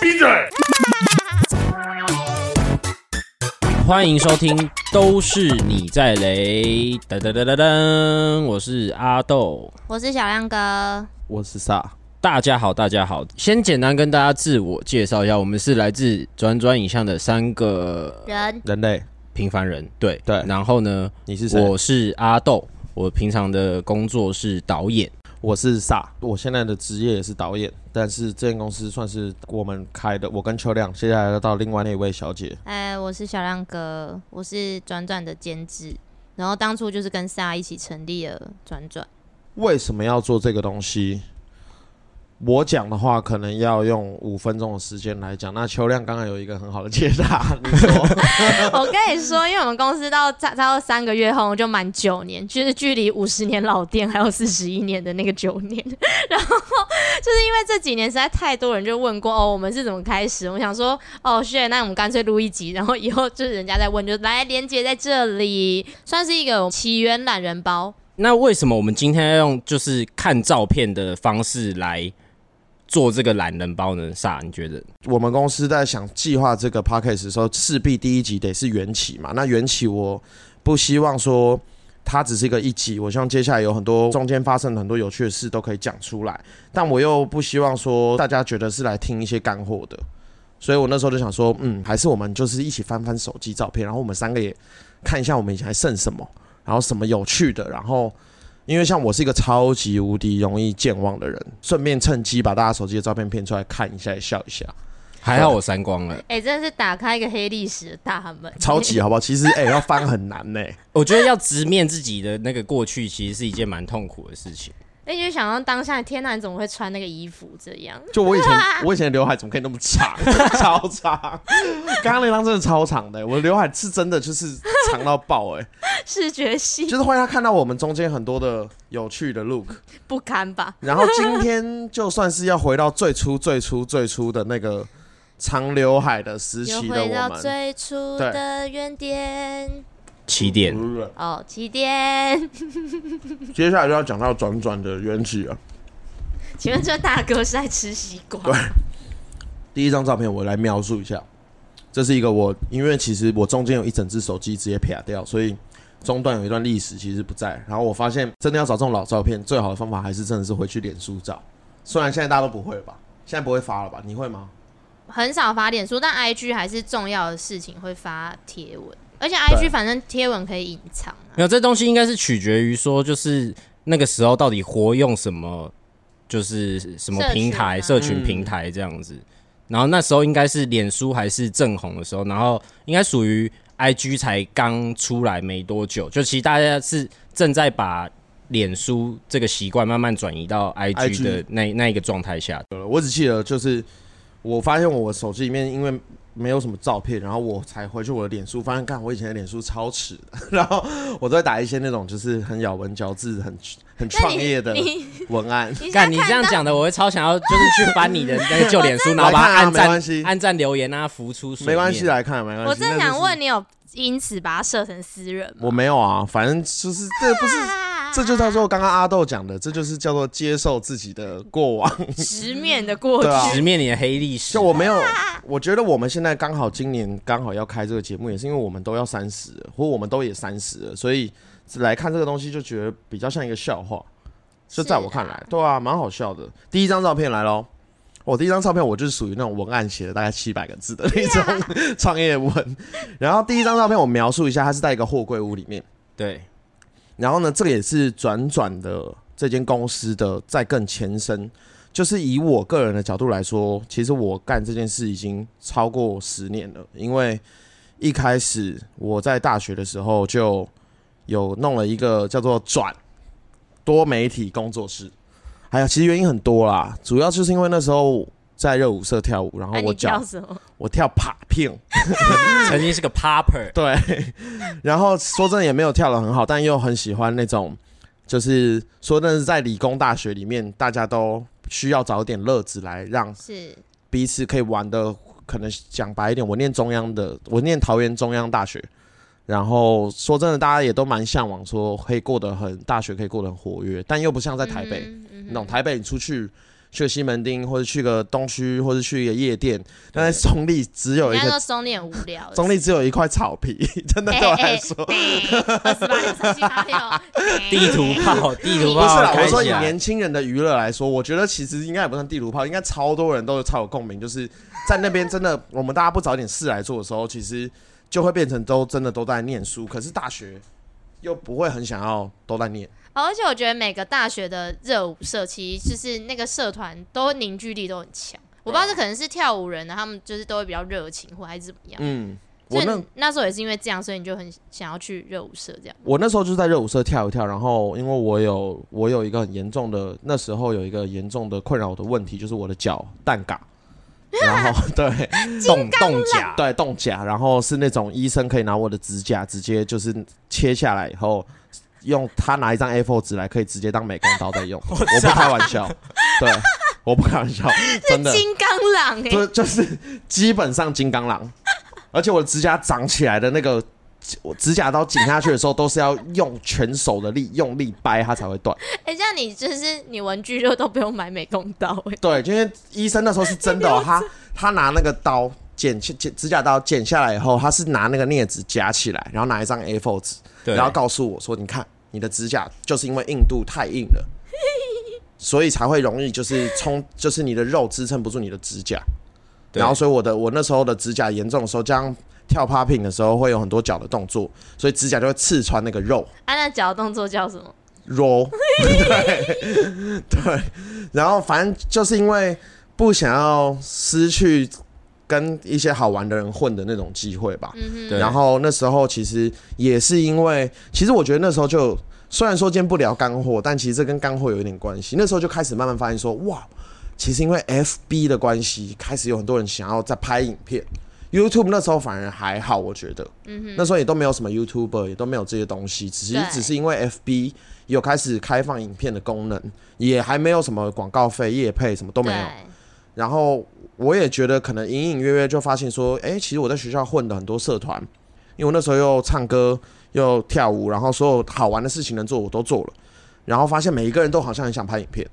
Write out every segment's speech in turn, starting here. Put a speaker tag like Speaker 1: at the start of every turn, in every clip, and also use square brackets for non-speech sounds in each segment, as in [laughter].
Speaker 1: 闭嘴！
Speaker 2: 欢迎收听《都是你在雷》，噔噔噔噔噔，我是阿豆，
Speaker 3: 我是小亮哥，
Speaker 4: 我是萨。
Speaker 2: 大家好，大家好，先简单跟大家自我介绍一下，我们是来自转转影像的三个
Speaker 3: 人
Speaker 4: 人类，
Speaker 2: 平凡人，对
Speaker 4: 对
Speaker 2: 然后呢，
Speaker 4: 你是谁？
Speaker 2: 我是阿豆，我平常的工作是导演，
Speaker 4: 我是萨，我现在的职业也是导演，但是这间公司算是我们开的，我跟秋亮，接下来要到另外那一位小姐，
Speaker 3: 哎、我是小亮哥，我是转转的监制，然后当初就是跟莎一起成立了转转，
Speaker 4: 为什么要做这个东西？我讲的话可能要用五分钟的时间来讲，那秋亮刚刚有一个很好的解答，你说
Speaker 3: 我跟你说，因为我们公司到差差不多三个月后就满九年，就是距离五十年老店还有四十一年的那个九年。 [laughs] 然后就是因为这几年实在太多人就问过哦，我们是怎么开始？我们想说哦，是那我们干脆录一集，然后以后就是人家在问，就来连接在这里，算是一个起源懒人包。
Speaker 2: 那为什么我们今天要用就是看照片的方式来做这个懒人包呢？萨，你觉得？
Speaker 4: 我们公司在想计划这个 p a c k a g e 的时候，势必第一集得是缘起嘛。那缘起我不希望说它只是一个一集，我希望接下来有很多中间发生的很多有趣的事都可以讲出来，但我又不希望说大家觉得是来听一些干货的，所以我那时候就想说，嗯，还是我们就是一起翻翻手机照片，然后我们三个也看一下我们以前还剩什么，然后什么有趣的，然后。因为像我是一个超级无敌容易健忘的人，顺便趁机把大家手机的照片片出来看一下，也笑一下。
Speaker 2: 还好我删光了。
Speaker 3: 哎、真的是打开一个黑历史的大门，
Speaker 4: 超级好不好？其实
Speaker 3: [laughs]
Speaker 4: 哎、要翻很难呢、
Speaker 2: 我觉得要直面自己的那个过去，其实是一件蛮痛苦的事情。
Speaker 3: 哎，你就想到当下，天哪，你怎么会穿那个衣服这样？
Speaker 4: 就我以
Speaker 3: [laughs]
Speaker 4: 前，我以前的刘海怎么可以那么长， [laughs] 超长？刚刚那张真的超长的、我的刘海是真的就是长到爆哎、
Speaker 3: 视觉系
Speaker 4: 就是会让他看到我们中间很多的有趣的 look。
Speaker 3: 不堪吧？
Speaker 4: 然后今天就算是要回到最初、最初、最初的那个长刘海的时
Speaker 3: 又
Speaker 4: 期的
Speaker 3: 回
Speaker 4: 我
Speaker 3: 到
Speaker 4: 们，
Speaker 3: 最初的原点。
Speaker 2: 起点，
Speaker 3: 哦，起点， [laughs]
Speaker 4: 接下来就要讲到转转的缘起了。
Speaker 3: 请问这大哥是在吃西瓜？
Speaker 4: 第一张照片，我来描述一下。这是一个我，因为其实我中间有一整只手机直接撇掉，所以中段有一段历史其实不在。然后我发现，真的要找这种老照片，最好的方法还是真的是回去脸书找。虽然现在大家都不会了吧，现在不会发了吧？你会吗？
Speaker 3: 很少发脸书，但 IG 还是重要的事情会发贴文，而且 IG 反正贴文可以隐藏啊。
Speaker 2: 没有这东西应该是取决于说，就是那个时候到底活用什么，就是什么平台、
Speaker 3: 社
Speaker 2: 社
Speaker 4: 群啊
Speaker 2: 群平台这样子。然后那时候应该是脸书还是正红的时候，然后应该属于 IG 才刚出来没多久，就其实大家是正在把脸书这个习惯慢慢转移到 IG
Speaker 4: IG
Speaker 2: 的那那一个状态下。
Speaker 4: 呃我只记得就是我发现我手机里面因为没有什么照片，然后我才回去我的脸书，发现看我以前的脸书超耻的， [laughs] 然后我都会打一些那种就是很咬文嚼字、很很
Speaker 3: 那
Speaker 4: 创
Speaker 3: 你
Speaker 4: 业的
Speaker 3: 你
Speaker 4: 文案。
Speaker 3: 你现在
Speaker 2: 干，你这样讲的，我会超想要，就是去翻你的那个旧
Speaker 4: [laughs]
Speaker 2: 脸书，然后把它
Speaker 4: 来看啊
Speaker 2: 按
Speaker 4: 没关系
Speaker 2: 赞、按赞留言啊，浮出水面
Speaker 4: 没关系，啊来看，没关系。
Speaker 3: 我正
Speaker 4: 那就
Speaker 3: 想
Speaker 4: 是
Speaker 3: 问你有因此把它设成私人吗？
Speaker 4: 我没有啊，反正就是这不是，
Speaker 3: 啊
Speaker 4: 这就叫做刚刚阿豆讲的，这就是叫做接受自己的过往。
Speaker 3: 直面的过去
Speaker 4: 对。啊
Speaker 2: 直面你的黑历史。
Speaker 4: [laughs] 就我没有，我觉得我们现在刚好今年刚好要开这个节目，也是因为我们都要三十，或我们都也三十了，所以来看这个东西就觉得比较像一个笑话。就在我看来，对啊，蛮好笑的。第一张照片来喽。我第一张照片，我就是属于那种文案写了大概七百个字的那种 [laughs] 创业文。然后第一张照片，我描述一下，它是在一个货柜屋里面，
Speaker 2: 对，
Speaker 4: 然后呢，这个也是转转的这间公司的在更前身。就是以我个人的角度来说，其实我干这件事已经超过十年了，因为一开始我在大学的时候就有弄了一个叫做转多媒体工作室。哎呀，其实原因很多啦，主要就是因为那时候在热舞社跳舞，然后
Speaker 3: 哎
Speaker 4: 我
Speaker 3: 你
Speaker 4: 脚
Speaker 3: 叫什么？
Speaker 4: 我跳啪片，
Speaker 2: 曾经是个 popper，
Speaker 4: [laughs] 对，然后说真的也没有跳得很好，但又很喜欢那种，就是说真的是在理工大学里面，大家都需要找点乐子来让
Speaker 3: 是
Speaker 4: 彼此可以玩的。可能讲白一点，我念中央的， [laughs] 我念桃园中央大学，然后说真的，大家也都蛮向往说可以过得很大学可以过得很活跃，但又不像在台北，
Speaker 3: 嗯哼嗯哼
Speaker 4: 那种台北你出去去个西门町，或者去个东区，或者去一个夜店。但在中立只有一
Speaker 3: 人家
Speaker 4: 个
Speaker 3: 说中年无聊，
Speaker 4: 中立只有一块草皮， [laughs] 真的
Speaker 3: 哎
Speaker 4: 对我来说。
Speaker 3: 二十八六三七
Speaker 4: [laughs]
Speaker 3: 八六，
Speaker 2: 地图炮，地图
Speaker 4: 不是啦
Speaker 2: 炮，，
Speaker 4: 我
Speaker 2: 开
Speaker 4: 说以
Speaker 2: 起来
Speaker 4: 年轻人的娱乐来说，我觉得其实应该也不算地图炮，应该超多人都超有共鸣，就是在那边真的，我们大家不找点事来做的时候，其实就会变成都真的都在念书，可是大学又不会很想要都在念。
Speaker 3: 哦而且我觉得每个大学的热舞社，其实就是那个社团都凝聚力都很强。我不
Speaker 4: 啊
Speaker 3: 知道这可能是跳舞人的，啊他们就是都会比较热情，或还是怎么样。
Speaker 4: 嗯，
Speaker 3: 所
Speaker 4: 我
Speaker 3: 以
Speaker 4: 那
Speaker 3: 你那时候也是因为这样，所以你就很想要去热舞社这样。
Speaker 4: 我那时候就是在热舞社跳一跳，然后因为我有我有一个很严重的，那时候有一个严重的困扰我的问题，就是我的脚蛋嘎，然后对
Speaker 2: 动动甲，
Speaker 4: 对冻甲，然后是那种医生可以拿我的指甲直接就是切下来以后，用他拿一张 A4 纸来可以直接当美工刀在用，我不开玩笑，对，我不开玩笑，真的，
Speaker 3: 金刚狼
Speaker 4: [laughs]
Speaker 3: 哎、
Speaker 4: 就就是基本上金刚狼， [laughs] 而且我的指甲长起来的那个，我指甲刀剪下去的时候都是要用全手的力，用力掰它才会断。
Speaker 3: 哎、这样你就是你文具就都不用买美工刀哎、
Speaker 4: 对，因为医生那时候是真的、哦，他他拿那个刀剪剪剪指甲刀剪下来以后，他是拿那个镊子夹起来，然后拿一张 A4 纸，
Speaker 2: 对，
Speaker 4: 然后告诉我说：“你看，你的指甲就是因为硬度太硬了，所以才会容易就是冲，就是你的肉支撑不住你的指甲。
Speaker 2: 对
Speaker 4: 然后所以我的我那时候的指甲严重的时候，这样跳 popping 的时候会有很多脚的动作，所以指甲就会刺穿那个肉
Speaker 3: 啊，那脚动作叫什么？
Speaker 4: roll。对 [laughs] 对，然后反正就是因为不想要失去跟一些好玩的人混的那种机会吧，
Speaker 3: 嗯
Speaker 2: 对
Speaker 4: 然后那时候其实也是因为，其实我觉得那时候就虽然说今天不聊干货，但其实这跟干货有一点关系。那时候就开始慢慢发现说，哇，其实因为 FB 的关系，开始有很多人想要在拍影片。YouTube 那时候反而还好，我觉得，嗯、那时候也都没有什么 YouTuber，也都没有这些东西，只是
Speaker 3: 对
Speaker 4: 只是因为 FB 有开始开放影片的功能，也还没有什么广告费、业配什么都
Speaker 3: 哼，
Speaker 4: 没有。
Speaker 3: 对
Speaker 4: 然后我也觉得可能隐隐约约就发现说，哎、其实我在学校混的很多社团，因为我那时候又唱歌又跳舞，然后所有好玩的事情能做我都做了，然后发现每一个人都好像很想拍影片，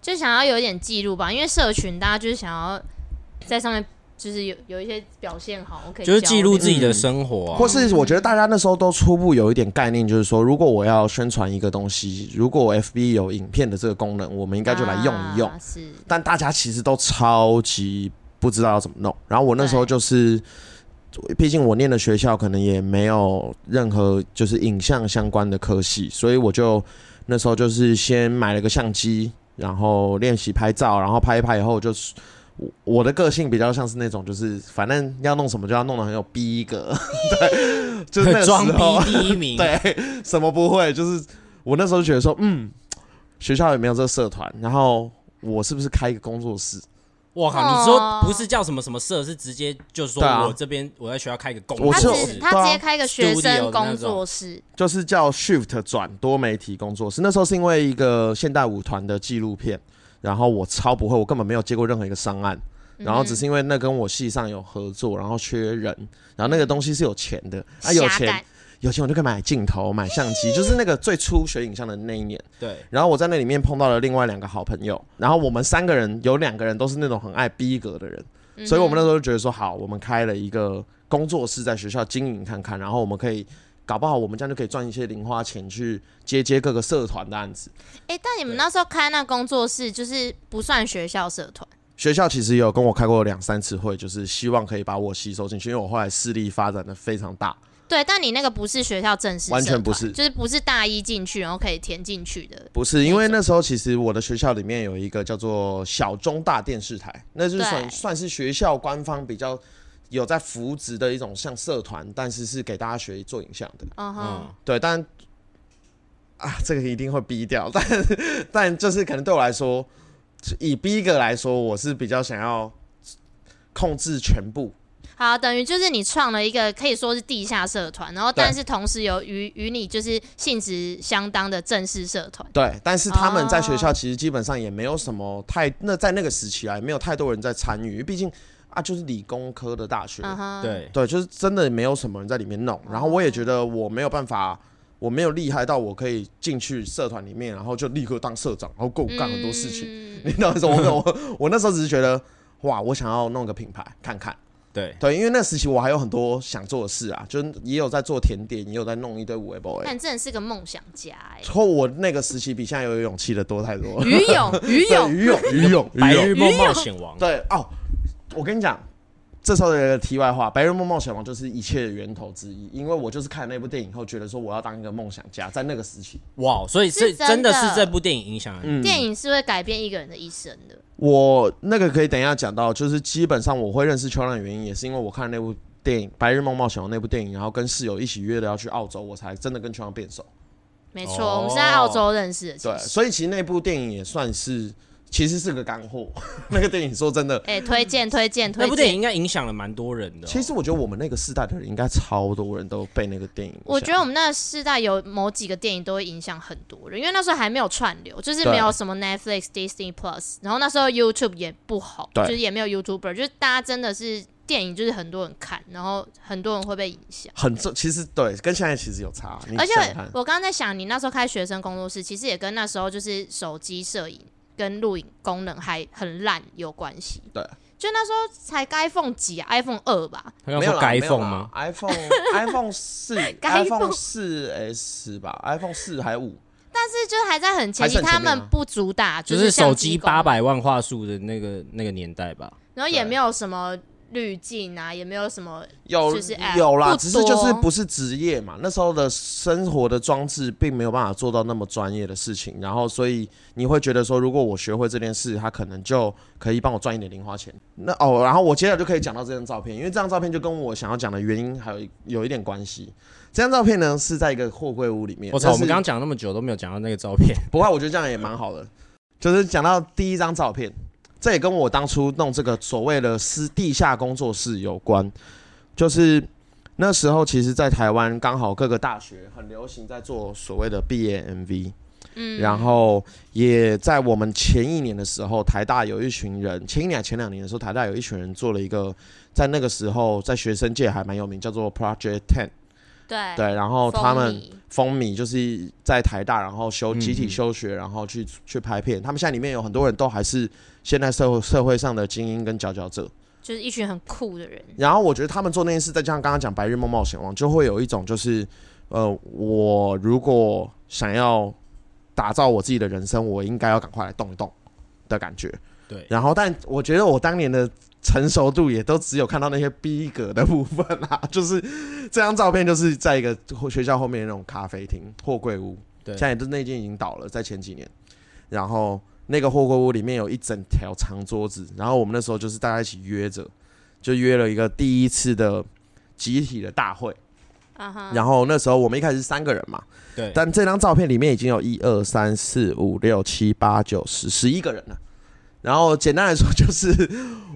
Speaker 3: 就想要有一点记录吧，因为社群大家就是想要在上面就是有有一些表现好，我可以
Speaker 2: 就是记录自己
Speaker 3: 交流
Speaker 2: 的生活啊，
Speaker 4: 嗯或是我觉得大家那时候都初步有一点概念，就是说，如果我要宣传一个东西，如果我 FB 有影片的这个功能，我们应该就来用一用。
Speaker 3: 啊是
Speaker 4: 但大家其实都超级不知道要怎么弄。然后我那时候就是，毕竟我念的学校可能也没有任何就是影像相关的科系，所以我就那时候就是先买了个相机，然后练习拍照，然后拍一拍以后就是。我我的个性比较像是那种，就是反正要弄什么就要弄得很有逼格， [laughs] 对，就是那个时候
Speaker 2: 装逼第一名，
Speaker 4: [laughs] 对，什么不会？就是我那时候就觉得说，嗯，学校也没有这个社团，然后我是不是开一个工作室？
Speaker 2: 我靠，你说
Speaker 3: 哦
Speaker 2: 不是叫什么什么社，是直接就是说
Speaker 4: 对啊
Speaker 2: 我这边我在学校开一个工
Speaker 4: 我啊
Speaker 3: 他
Speaker 4: 是
Speaker 2: 作
Speaker 4: 有
Speaker 3: 只
Speaker 2: 室，
Speaker 3: 他直接开一个学
Speaker 2: Studio
Speaker 3: 生工作室，
Speaker 4: 就是叫 Shift 转多媒体工作室。那时候是因为一个现代舞团的纪录片，然后我超不会，我根本没有接过任何一个商案。然后只是因为那跟我系上有合作，然后缺人，然后那个东西是有钱的啊，有
Speaker 3: 侠
Speaker 4: 钱
Speaker 3: 胆
Speaker 4: 有钱我就可以买镜头、买相机，就是那个最初学影像的那一年。
Speaker 2: 对，
Speaker 4: 然后我在那里面碰到了另外两个好朋友，然后我们三个人有两个人都是那种很爱逼格的人，所以我们那时候就觉得说，好，我们开了一个工作室在学校经营看看，然后我们可以。搞不好我们这样就可以赚一些零花钱，去接接各个社团的案子。
Speaker 3: 哎、但你们那时候开那工作室，就是不算学校社团，
Speaker 4: 学校其实也有跟我开过两三次会，就是希望可以把我吸收进去，因为我后来势力发展的非常大。
Speaker 3: 对，但你那个不是学校正式社团，
Speaker 4: 完全不是
Speaker 3: 就是不是大一进去然后可以填进去的，
Speaker 4: 不是，因为那时候其实我的学校里面有一个叫做小中大电视台，那就是算
Speaker 3: 对
Speaker 4: 算是学校官方比较有在扶植的一种像社团，但是是给大家学做影像的。
Speaker 3: 嗯哼，
Speaker 2: 嗯，
Speaker 4: 对，但啊，这个一定会逼掉， [laughs] 但但就是可能对我来说，以逼格来说，我是比较想要控制全部，
Speaker 3: 好，等于就是你创了一个可以说是地下社团，然后
Speaker 4: 对
Speaker 3: 但是同时有与与你就是性质相当的正式社团，
Speaker 4: 对，但是他们在学校其实基本上也没有什么太那在那个时期啊，也没有太多人在参与，因为毕竟啊就是理工科的大学，
Speaker 3: 嗯哼，，
Speaker 2: 对，
Speaker 4: 对，就是真的没有什么人在里面弄。然后我也觉得我没有办法，我没有厉害到我可以进去社团里面，然后就立刻当社长，然后够干很多事情。
Speaker 3: 情
Speaker 4: [laughs] 你懂我意思？我 [laughs] 我我那时候只是觉得，哇，我想要弄个品牌看看。
Speaker 2: 对，
Speaker 4: 对，因为那时期我还有很多想做的事啊，就是也有在做甜点，也有在弄一堆五 A boy。
Speaker 3: 但你真的是个梦想家
Speaker 4: [laughs]
Speaker 3: 哎、
Speaker 4: 然后我那个时期比现在有勇气的多太多了。
Speaker 3: 鱼泳，鱼
Speaker 4: 对
Speaker 3: 泳，
Speaker 4: 鱼泳，鱼泳，
Speaker 2: 白
Speaker 4: 鱼泳。
Speaker 2: 日梦冒险王，
Speaker 4: 对哦，我跟你讲，这时候有一个题外话，《白日梦冒险王》就是一切的源头之一，因为我就是看了那部电影后，觉得说我要当一个梦想家，在那个时期，
Speaker 2: 哇，所以是
Speaker 3: 是真
Speaker 2: 真的是
Speaker 3: 的
Speaker 2: 这部电影影响了你，
Speaker 3: 电影是会改变一个人的一生的。
Speaker 4: 我那个可以等一下讲到，就是基本上我会认识秋浪的原因，也是因为我看那部电影《白日梦冒险王》那部电影，然后跟室友一起约了要去澳洲，我才真的跟秋浪变熟。
Speaker 3: 没错，
Speaker 2: 哦
Speaker 3: 我们是在澳洲认识的。其
Speaker 4: 对，
Speaker 3: 实，
Speaker 4: 所以其实那部电影也算是，其实是个干货。 [laughs] 那个电影说真的，
Speaker 3: 哎、推荐推荐推
Speaker 2: 那
Speaker 3: 荐。
Speaker 2: 部电影应该影响了蛮多人的哦。
Speaker 4: 其实我觉得我们那个世代的人，应该超多人都被那个电影影响。
Speaker 3: 我觉得我们那个世代有某几个电影都会影响很多人，因为那时候还没有串流，就是没有什么 Netflix、Disney Plus，然后那时候 YouTube 也不好，
Speaker 4: 对
Speaker 3: 就是也没有 YouTuber，就是大家真的是电影就是很多人看，然后很多人会被影响。
Speaker 4: 很重，其实对，跟现在其实有差。你
Speaker 3: 而且
Speaker 4: 想想看
Speaker 3: 我刚刚在想，你那时候开学生工作室，其实也跟那时候就是手机摄影跟录影功能还很烂有关系。
Speaker 4: 对，
Speaker 3: 就那时候才 iPhone 几啊？iPhone 二吧？
Speaker 2: 他刚
Speaker 4: 没有
Speaker 2: 说
Speaker 4: 啦
Speaker 2: 该
Speaker 4: 没有
Speaker 2: 缝
Speaker 4: 啦
Speaker 2: 吗？
Speaker 4: ？iPhone [laughs] iPhone 四
Speaker 3: [laughs] 该缝
Speaker 4: iPhone 四 S 吧，iPhone 四还五，
Speaker 3: 但是就是还在很前期，
Speaker 4: 还是很
Speaker 3: 他
Speaker 4: 前面啊
Speaker 3: 们不主打，
Speaker 2: 就是是手
Speaker 3: 相
Speaker 2: 机
Speaker 3: 功能
Speaker 2: 八百万画素的那个那个年代吧。
Speaker 3: 然后也
Speaker 4: 对
Speaker 3: 没有什么滤镜啊，也没有什么
Speaker 4: 有
Speaker 3: 就是 App
Speaker 4: 有啦，
Speaker 3: 不
Speaker 4: 只是就是
Speaker 3: 多
Speaker 4: 不是职业嘛。那时候的生活的装置并没有办法做到那么专业的事情，然后所以你会觉得说，如果我学会这件事，它可能就可以帮我赚一点零花钱。那哦，然后我接下来就可以讲到这张照片，因为这张照片就跟我想要讲的原因还有一有一点关系。这张照片呢是在一个货柜屋里面，
Speaker 2: 我操，我
Speaker 4: 但
Speaker 2: 们
Speaker 4: 是
Speaker 2: 刚刚讲那么久都没有讲到那个照
Speaker 4: [laughs]
Speaker 2: 片，
Speaker 4: 不过我觉得这样也蛮好的。就是讲到第一张照片，这也跟我当初弄这个所谓的私地下工作室有关。就是那时候，其实，在台湾刚好各个大学很流行在做所谓的毕业 MV，
Speaker 3: 嗯，
Speaker 4: 然后也在我们前一年的时候，台大有一群人，前一年还前两年的时候，台大有一群人做了一个，在那个时候在学生界还蛮有名，叫做 Project Ten。
Speaker 3: 对
Speaker 4: 对，然后他们
Speaker 3: 风靡
Speaker 4: 风靡，就是在台大，然后休
Speaker 2: 嗯
Speaker 4: 集体休学，然后去去拍片。他们现在里面有很多人都还是现在社会社会上的精英跟佼佼者。
Speaker 3: 就是一群很酷的人，
Speaker 4: 然后我觉得他们做那件事，再加上刚刚讲《白日梦冒险王》，就会有一种就是，呃，我如果想要打造我自己的人生，我应该要赶快来动一动的感觉。
Speaker 2: 对，
Speaker 4: 然后，但我觉得我当年的成熟度也都只有看到那些逼格的部分啦、就是这张照片就是在一个学校后面的那种咖啡厅货柜屋，
Speaker 2: 对
Speaker 4: 现在都那间已经倒了，在前几年。然后那个货柜屋里面有一整条长桌子，然后我们那时候就是大家一起约着，就约了一个第一次的集体的大会。
Speaker 3: 啊哈，
Speaker 4: 然后那时候我们一开始是三个人嘛，
Speaker 2: 对，
Speaker 4: 但这张照片里面已经有一二三四五六七八九十十一个人了。然后简单来说，就是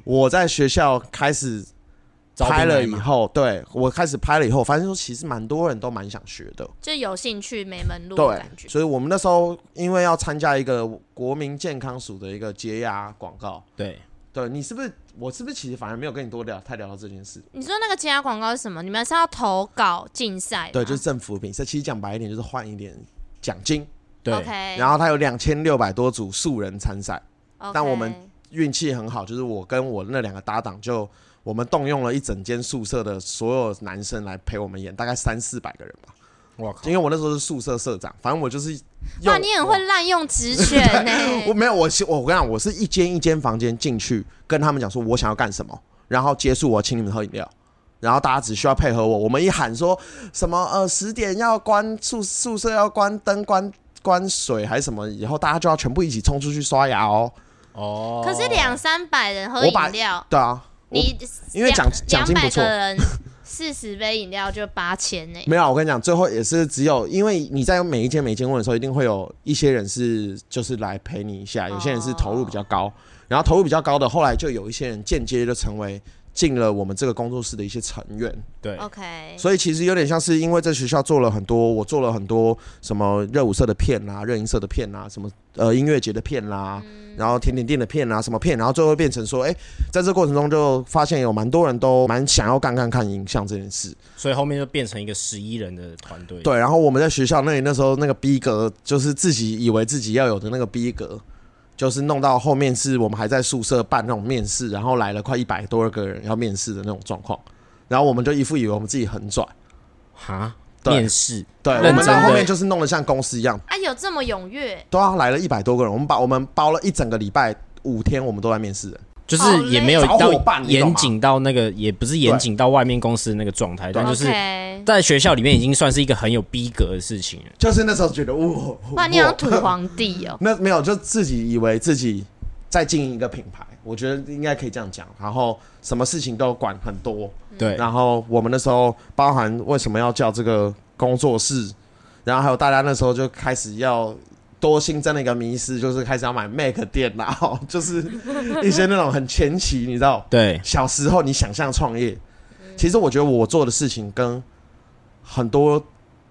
Speaker 4: 我在学校开始
Speaker 2: 招
Speaker 4: 拍
Speaker 2: 兵
Speaker 4: 了
Speaker 2: 买
Speaker 4: 以
Speaker 2: 马，
Speaker 4: 后，对我开始拍了以后，发现说其实蛮多人都蛮想学的。
Speaker 3: 就有兴趣没门路的
Speaker 4: 对
Speaker 3: 感，觉，
Speaker 4: 所以我们那时候因为要参加一个国民健康署的一个解压广告，
Speaker 2: 对，
Speaker 4: 对你是不是？我是不是其实反而没有跟你多聊，太聊到这件事？
Speaker 3: 你说那个其他广告是什么？你们是要投稿竞赛吗？
Speaker 4: 对，就是政府评审，其实讲白一点就是换一点奖金。
Speaker 2: 对
Speaker 3: OK，
Speaker 4: 然后他有两千六百多组素人参赛。
Speaker 3: 后
Speaker 4: 但我们运气很好，就是我跟我那两个搭档就。我们动用了一整间宿舍的所有男生来陪我们演，大概三四百个人吧。
Speaker 2: 我靠
Speaker 4: 因，为我那时候是宿舍社长，反正我就是用。
Speaker 3: 哇，你很会滥用职权呢、
Speaker 4: [laughs] 我没有，我是我跟你讲，我是一间一间房间进去，跟他们讲说我想要干什么，然后结束我请你们喝饮料，然后大家只需要配合我。我们一喊说什么呃十点要关宿宿舍要关灯关关水还是什么，以后大家就要全部一起冲出去刷牙哦。
Speaker 2: 哦，
Speaker 3: 可是两三百人喝
Speaker 4: 我把
Speaker 3: 饮料，
Speaker 4: 对啊，我
Speaker 3: 你
Speaker 4: 因为奖奖
Speaker 3: 两
Speaker 4: 金不
Speaker 3: 百
Speaker 4: 错
Speaker 3: 个。人四十杯饮料就八千呢，
Speaker 4: 没有，我跟你讲，最后也是只有，因为你在每一间每一间问的时候，一定会有一些人是就是来陪你一下，有些人是投入比较高，然后投入比较高的，后来就有一些人间接就成为进了我们这个工作室的一些成员，
Speaker 2: 对
Speaker 3: OK，
Speaker 4: 所以其实有点像是因为在学校做了很多，我做了很多什么热舞社的片啦、热音社的片啦、什么呃音乐节的片啦，然后甜点店的片啊啦、什么片，然后最后变成说，哎、在这过程中就发现有蛮多人都蛮想要干干看影像这件事。
Speaker 2: 所以后面就变成一个十一人的团队，
Speaker 4: 对，然后我们在学校那里那时候那个逼格，就是自己以为自己要有的那个逼格，就是弄到后面是我们还在宿舍办那种面试，然后来了快一百多个人要面试的那种状况，然后我们就一副以为我们自己很拽，
Speaker 2: 哈，
Speaker 4: 对
Speaker 2: 面试
Speaker 4: 对，
Speaker 2: 认
Speaker 4: 我
Speaker 2: 真
Speaker 4: 们到
Speaker 2: 的
Speaker 4: 后面就是弄得像公司一样，
Speaker 3: 啊，有这么踊跃，
Speaker 4: 都要来了一百多个人，我们把我们包了一整个礼拜五天，我们都在面试人，
Speaker 3: 哦
Speaker 2: 就是也没有
Speaker 4: 好累
Speaker 2: 到
Speaker 4: 找伙伴你懂吗啊
Speaker 2: 严谨到那个，也不是严谨到外面公司的那个状态，但就是
Speaker 3: OK
Speaker 2: 在学校里面已经算是一个很有逼格的事情了。
Speaker 4: 就是那时候觉得哇，
Speaker 3: 哇，你好像土皇帝
Speaker 4: [laughs]。
Speaker 3: 哦
Speaker 4: 那没有，就自己以为自己在经营一个品牌，我觉得应该可以这样讲。然后什么事情都管很多，
Speaker 3: 嗯
Speaker 2: 对，
Speaker 4: 然后我们那时候包含为什么要叫这个工作室，然后还有大家那时候就开始要多新增了一个迷思，就是开始要买 Mac 电脑，就是一些那种很前期，你知道，
Speaker 2: 对，
Speaker 4: 小时候你想象创业，其实我觉得我做的事情跟很多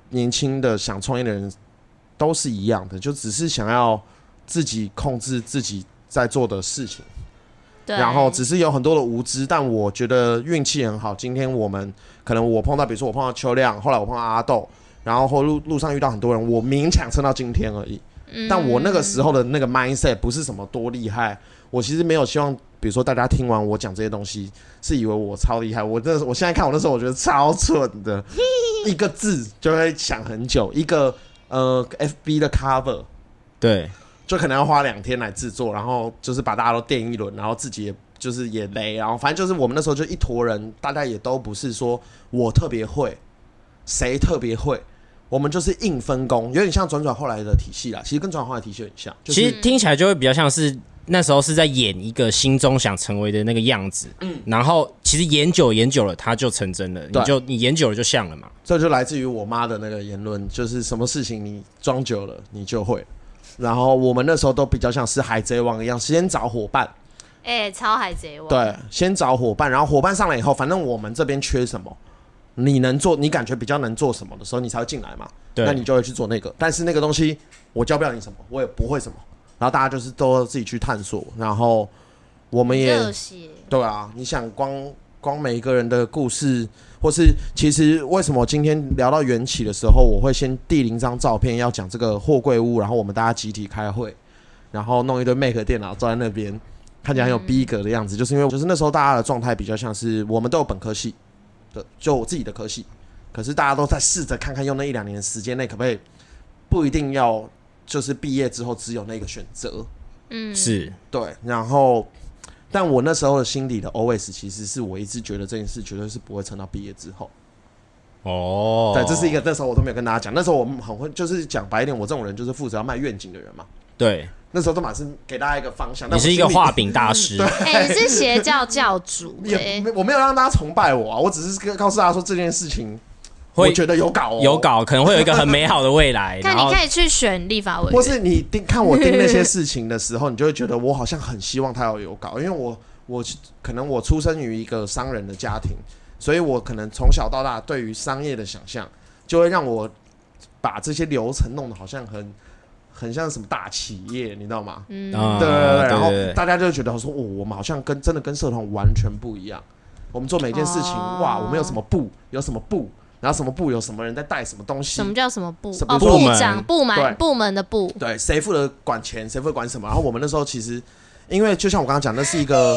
Speaker 4: 年轻的想创业的人都是一样的，就只是想要自己控制自己在做的事情，
Speaker 3: 对，
Speaker 4: 然后只是有很多的无知。但我觉得运气很好，今天我们可能我碰到，比如说我碰到秋亮，后来我碰到阿豆，然后或路路上遇到很多人，我勉强撑到今天而已。
Speaker 3: 嗯
Speaker 4: 但我那个时候的那个 mindset 不是什么多厉害，我其实没有希望，比如说大家听完我讲这些东西，是以为我超厉害。我那我现在看我那时候，我觉得超蠢的，一个字就会想很久，一个呃 FB 的 cover
Speaker 2: 对，
Speaker 4: 就可能要花两天来制作，然后就是把大家都电一轮，然后自己也就是也累，然后反正就是我们那时候就一坨人，大家也都不是说我特别会，谁特别会。我们就是硬分工，有点像转转后来的体系啦。其实跟转转后来的体系很像，就
Speaker 3: 嗯
Speaker 4: 是
Speaker 2: 其实听起来就会比较像是那时候是在演一个心中想成为的那个样子。嗯，然后其实演久演久了，它就成真了，你
Speaker 4: 对
Speaker 2: 就你演久了就像了嘛。
Speaker 4: 这就来自于我妈的那个言论，就是什么事情你装久了你就会。然后我们那时候都比较像是海贼王一样，先找伙伴，
Speaker 3: 哎，超海贼王，
Speaker 4: 对，先找伙伴，然后伙伴上来以后，反正我们这边缺什么，你能做，你感觉比较能做什么的时候，你才会进来嘛。
Speaker 2: 对
Speaker 4: 那你就会去做那个。但是那个东西我教不了你什么，我也不会什么，然后大家就是都自己去探索。然后我们也
Speaker 3: 热血，
Speaker 4: 对啊，你想光光每一个人的故事，或是其实为什么今天聊到缘起的时候，我会先递零张照片，要讲这个货柜屋，然后我们大家集体开会，然后弄一堆 Mac 电脑坐在那边，看起来很有逼格的样子，就是因为就是那时候大家的状态比较像是我们都有本科系的，就我自己的科系，可是大家都在试着看看用那一两年的时间内可不可以，不一定要就是毕业之后只有那个选择，
Speaker 3: 嗯，
Speaker 2: 是，
Speaker 4: 对，然后，但我那时候的心里的 OS 其实是我一直觉得这件事绝对是不会撑到毕业之后。
Speaker 2: 哦，
Speaker 4: 对，这是一个那时候我都没有跟大家讲，那时候我们很会，就是讲白一点，我这种人就是负责要卖愿景的人嘛。
Speaker 2: 对，
Speaker 4: 那时候都满是给大家一个方向，
Speaker 2: 你
Speaker 4: 但我
Speaker 2: 是一
Speaker 4: 心
Speaker 2: 个
Speaker 4: 里，
Speaker 2: 画饼大师。
Speaker 3: 哎，你是邪教教主
Speaker 4: [laughs] 也
Speaker 3: 哎
Speaker 4: 没我没有让大家崇拜我啊，我只是跟告诉大家说这件事情，我
Speaker 2: 会
Speaker 4: 觉得有搞、哦，
Speaker 2: 有。搞，可能会有一个很美好的未来。
Speaker 3: 看
Speaker 2: 然后
Speaker 3: 你可以去选立法委
Speaker 4: 或
Speaker 3: 员，
Speaker 4: 是你盯看我盯那些事情的时候，你就会觉得我好像很希望他要有搞，因为我我可能我出生于一个商人的家庭，所以我可能从小到大对于商业的想象，就会让我把这些流程弄得好像很很像什么大企业，你知道吗？
Speaker 3: 嗯
Speaker 2: 啊
Speaker 4: 对对对对，然后
Speaker 2: 对对
Speaker 4: 大家就觉得说，哦，我们好像跟真的跟社团完全不一样。我们做每件事情，
Speaker 3: 哦
Speaker 4: 哇，我们有什么部，有什么部，然后什么部有什么人在带什么东西
Speaker 3: 什，么叫什么部
Speaker 4: 什？么
Speaker 3: 哦，
Speaker 2: 部
Speaker 3: 部
Speaker 2: 门
Speaker 3: 长、部
Speaker 4: 对
Speaker 3: 门、部门的部，
Speaker 4: 对，谁负责管钱，谁负责管什么。然后我们那时候其实，因为就像我刚刚讲，那是一个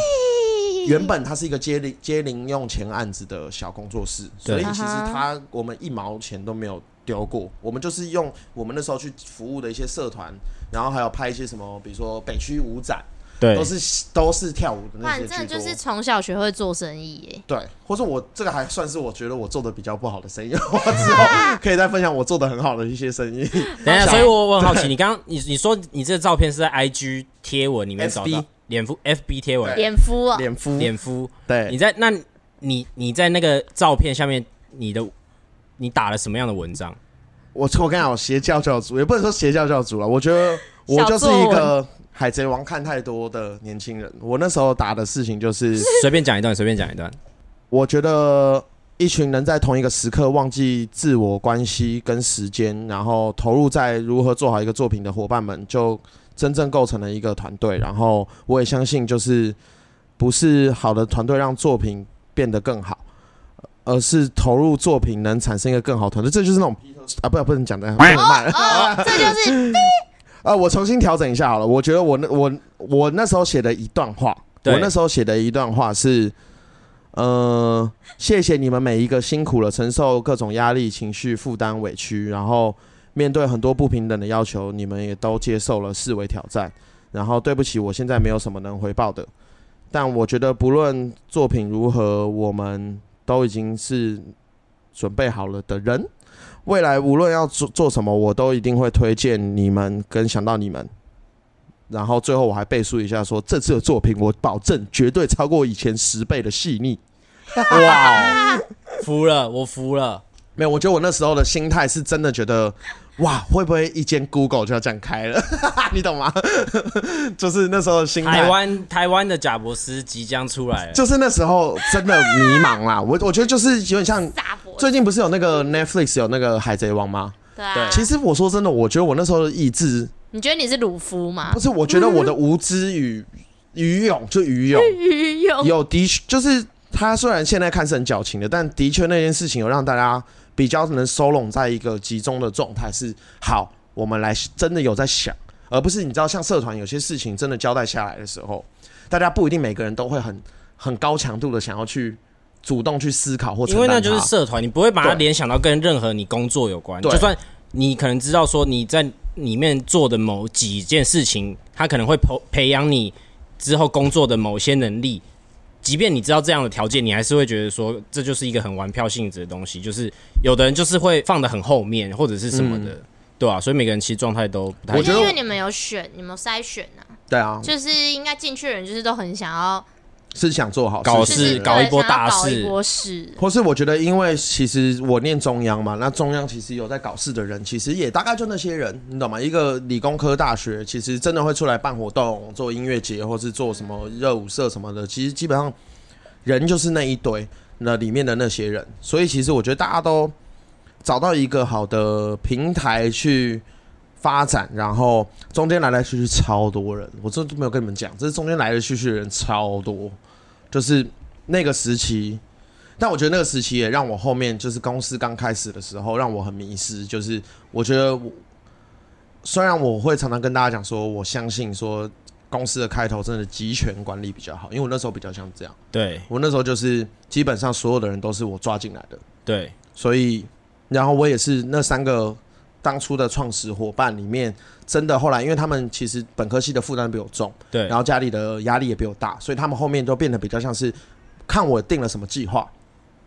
Speaker 4: 原本它是一个接零接零用钱案子的小工作室，所
Speaker 2: 对
Speaker 4: 以其实
Speaker 3: 啊哈
Speaker 4: 它我们一毛钱都没有丢过，我们就是用我们那时候去服务的一些社团，然后还有拍一些什么，比如说北区舞展，
Speaker 2: 对
Speaker 4: 都是都是跳舞的
Speaker 3: 哇，
Speaker 4: 那
Speaker 3: 你
Speaker 4: 些
Speaker 3: 真的
Speaker 4: 居
Speaker 3: 就是
Speaker 4: 多。
Speaker 3: 从小学会做生意
Speaker 4: 对，或者我这个还算是我觉得我做的比较不好的生意，我之
Speaker 3: [laughs]
Speaker 4: 后可以再分享我做的很好的一些生意。
Speaker 2: 等一下，
Speaker 4: 小
Speaker 2: 所以我我很好奇，你刚刚你你说你这个照片是在 IG 贴文里面找
Speaker 4: FB
Speaker 2: 到，脸夫 FB 贴
Speaker 3: 耶，
Speaker 2: 文，
Speaker 4: 对
Speaker 3: 脸夫哦，
Speaker 4: [laughs] 脸敷，
Speaker 2: 脸夫，
Speaker 4: 对
Speaker 2: 你，在那你你在那个照片下面，你的你打了什么样的文 [laughs] 章？
Speaker 4: 我我跟你讲，我邪教教主也不能说邪教教主了，我觉得我就是一
Speaker 3: 小作
Speaker 4: 个海贼王看太多的年轻人。我那时候打的事情就是，
Speaker 2: 随便讲一段，随便讲一段。
Speaker 4: 我觉得一群人在同一个时刻忘记自我关系跟时间，然后投入在如何做好一个作品的伙伴们，就真正构成了一个团队。然后我也相信，就是不是好的团队让作品变得更好。而是投入作品能产生一个更好的团队，这就是那种啊，不不能讲的，不能卖。
Speaker 3: 哦哦，这就是 [laughs]
Speaker 4: 呃，我重新调整一下好了。我觉得我那我我那时候写的一段话，
Speaker 2: 对
Speaker 4: 我那时候写的一段话是，呃，谢谢你们每一个辛苦了，承受各种压力、情绪负担、委屈，然后面对很多不平等的要求，你们也都接受了，视为挑战。然后对不起，我现在没有什么能回报的，但我觉得不论作品如何，我们都已经是准备好了的人。未来无论要做做什么，我都一定会推荐你们跟想到你们。然后最后我还背书一下说，这次的作品我保证绝对超过以前十倍的细腻。哇，哦
Speaker 2: 服了，我服了。
Speaker 4: 没有，我觉得我那时候的心态是真的觉得，哇，会不会一间 Google 就要这样开了？ [laughs] 你懂吗？就是那时候的心态
Speaker 2: 台，湾台湾的贾伯斯即将出来了，
Speaker 4: 就是那时候真的迷茫啦。我我觉得就是有点像。
Speaker 3: 大伯
Speaker 4: 最近不是有那个 Netflix 有那个海贼王吗？
Speaker 3: 对啊
Speaker 2: 对，
Speaker 4: 其实我说真的，我觉得我那时候的意志
Speaker 3: 你觉得你是鲁夫吗
Speaker 4: 不？是，我觉得我的无知与愚勇，就愚勇
Speaker 3: [laughs] 鱼泳
Speaker 4: 有的确，就是他虽然现在看似很矫情的，但的确那件事情有让大家比较能收拢在一个集中的状态，是好，我们来真的有在想，而不是你知道像社团有些事情真的交代下来的时候，大家不一定每个人都会很很高强度的想要去主动去思考或承
Speaker 2: 因为那
Speaker 4: 担
Speaker 2: 就是
Speaker 4: 它
Speaker 2: 社团，你不会把它
Speaker 4: 对
Speaker 2: 联想到跟任何你工作有关。
Speaker 4: 对
Speaker 2: 就算你可能知道说你在里面做的某几件事情，它可能会培培养你之后工作的某些能力。即便你知道这样的条件，你还是会觉得说这就是一个很玩票性质的东西。就是有的人就是会放的很后面，或者是什么的，对啊，所以每个人其实状态都不太
Speaker 4: 我
Speaker 2: 一
Speaker 4: 觉
Speaker 2: 样。
Speaker 4: 得
Speaker 3: 因为你们有选，你们有筛选啊，
Speaker 4: 对啊，
Speaker 3: 就是应该进去的人就是都很想要，
Speaker 4: 哦是想做好
Speaker 2: 搞
Speaker 4: 事
Speaker 3: 就
Speaker 4: 情
Speaker 2: 事
Speaker 3: 是
Speaker 4: 的
Speaker 2: 搞一波
Speaker 3: 对想要
Speaker 2: 大
Speaker 3: 搞
Speaker 2: 事
Speaker 3: 一波事。
Speaker 4: 或是我觉得，因为其实我念中央嘛，那中央其实有在搞事的人，其实也大概就那些人，你懂吗？一个理工科大学，其实真的会出来办活动、做音乐节，或是做什么热舞社什么的，其实基本上人就是那一堆，那里面的那些人。所以其实我觉得大家都找到一个好的平台去发展，然后中间来来去去超多人，我这都没有跟你们讲，这是中间来来去去的人超多，就是那个时期。但我觉得那个时期也让我后面就是公司刚开始的时候，让我很迷失。就是我觉得我虽然我会常常跟大家讲说，我相信说公司的开头真的集权管理比较好，因为我那时候比较像这样，
Speaker 2: 对
Speaker 4: 我那时候就是基本上所有的人都是我抓进来的，
Speaker 2: 对，
Speaker 4: 所以，然后我也是那三个当初的创始伙伴里面，真的后来，因为他们其实本科系的负担比我重，
Speaker 2: 对
Speaker 4: 然后家里的压力也比我大，所以他们后面都变得比较像是看我定了什么计划，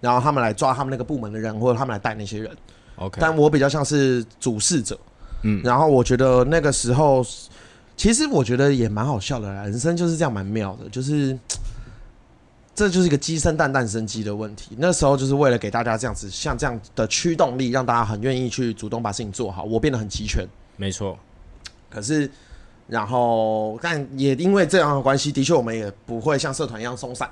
Speaker 4: 然后他们来抓他们那个部门的人，或者他们来带那些人。
Speaker 2: ，OK，
Speaker 4: 但我比较像是主事者，
Speaker 2: 嗯
Speaker 4: 然后我觉得那个时候，其实我觉得也蛮好笑的啦，人生就是这样蛮妙的，就是嘖这就是一个鸡生蛋，蛋生鸡的问题。那时候就是为了给大家这样子，像这样的驱动力，让大家很愿意去主动把事情做好，我变得很齐全。
Speaker 2: 没 [laughs] 错，
Speaker 4: 可是，然后但也因为这样的关系，的确我们也不会像社团一样松散，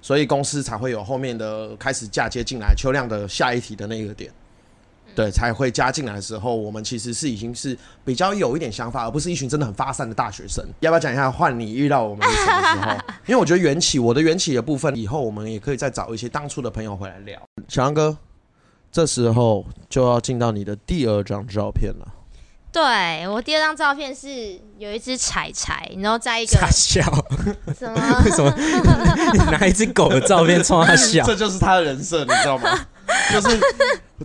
Speaker 4: 所以公司才会有后面的开始嫁接进来秋亮的下一题的那个点，对，才会加进来的时候，我们其实是已经是比较有一点想法，而不是一群真的很发散的大学生。要不要讲一下换你遇到我们是什么时候？因为我觉得缘起，我的缘起的部分，以后我们也可以再找一些当初的朋友回来聊。小杨哥，这时候就要进到你的第二张照片了。
Speaker 3: 对我第二张照片是有一只柴柴，然后在一个
Speaker 2: 傻笑，
Speaker 3: 什么
Speaker 4: [laughs]
Speaker 2: 为什么 [laughs] 你拿一只狗的照片冲他笑？
Speaker 4: 这就是他的人设，你
Speaker 3: [laughs]
Speaker 4: 知道吗？就是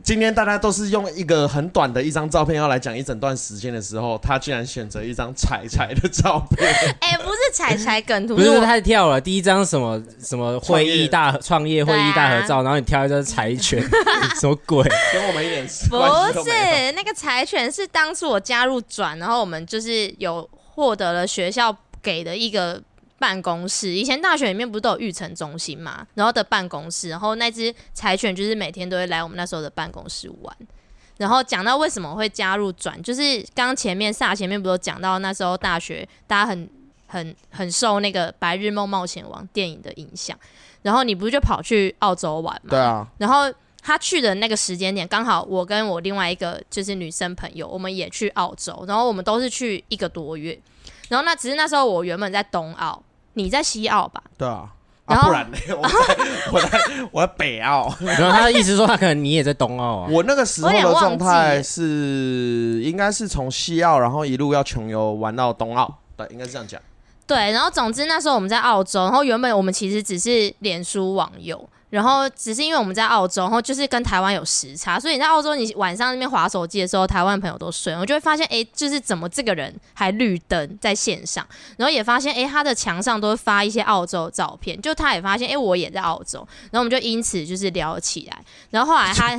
Speaker 4: 今天大家都是用一个很短的一张照片要来讲一整段时间的时候，他居然选择一张彩彩的照片，
Speaker 3: [laughs] 哎、不是柴柴梗图，
Speaker 2: 不是
Speaker 3: 我
Speaker 2: 太跳了，第一张什么什么会
Speaker 4: 创业
Speaker 2: 议大创业
Speaker 3: 啊
Speaker 2: 会议大合照，然后你挑一张柴
Speaker 3: [laughs]
Speaker 2: 犬，什么鬼？
Speaker 4: 跟我们一点关系
Speaker 3: 不
Speaker 4: 都没有。
Speaker 3: 是那个柴犬是当初我加入转，然后我们就是有获得了学校给的一个办公室。以前大学里面不是都有育成中心嘛，然后的办公室，然后那只柴犬就是每天都会来我们那时候的办公室玩。然后讲到为什么会加入转，就是刚前面萨前面不是有讲到那时候大学大家很很很受那个《白日梦冒险王》电影的影响，然后你不是就跑去澳洲玩吗？
Speaker 4: 对啊，
Speaker 3: 然后他去的那个时间点，刚好我跟我另外一个就是女生朋友，我们也去澳洲，然后我们都是去一个多月。然后那只是那时候我原本在东澳，你在西澳吧？
Speaker 4: 对啊，啊，
Speaker 3: 然后
Speaker 4: 不然呢？我在我在我在北澳，
Speaker 2: 然后他的意思说，他可能你也在东澳啊。
Speaker 4: [laughs] 我那个时候
Speaker 3: 我有
Speaker 4: 的
Speaker 3: 点忘
Speaker 4: 状
Speaker 3: 记
Speaker 4: 态
Speaker 3: 了
Speaker 4: 是应该是从西澳，然后一路要穷游玩到东澳，对，应该是这样讲。
Speaker 3: 对，然后总之那时候我们在澳洲，然后原本我们其实只是脸书网友，然后只是因为我们在澳洲，然后就是跟台湾有时差，所以你在澳洲你晚上那边划手机的时候，台湾朋友都睡了，我就会发现哎，诶就是怎么这个人还绿灯在线上，然后也发现哎，诶他的墙上都会发一些澳洲的照片，就他也发现哎，诶我也在澳洲，然后我们就因此就是聊起来，然后后来他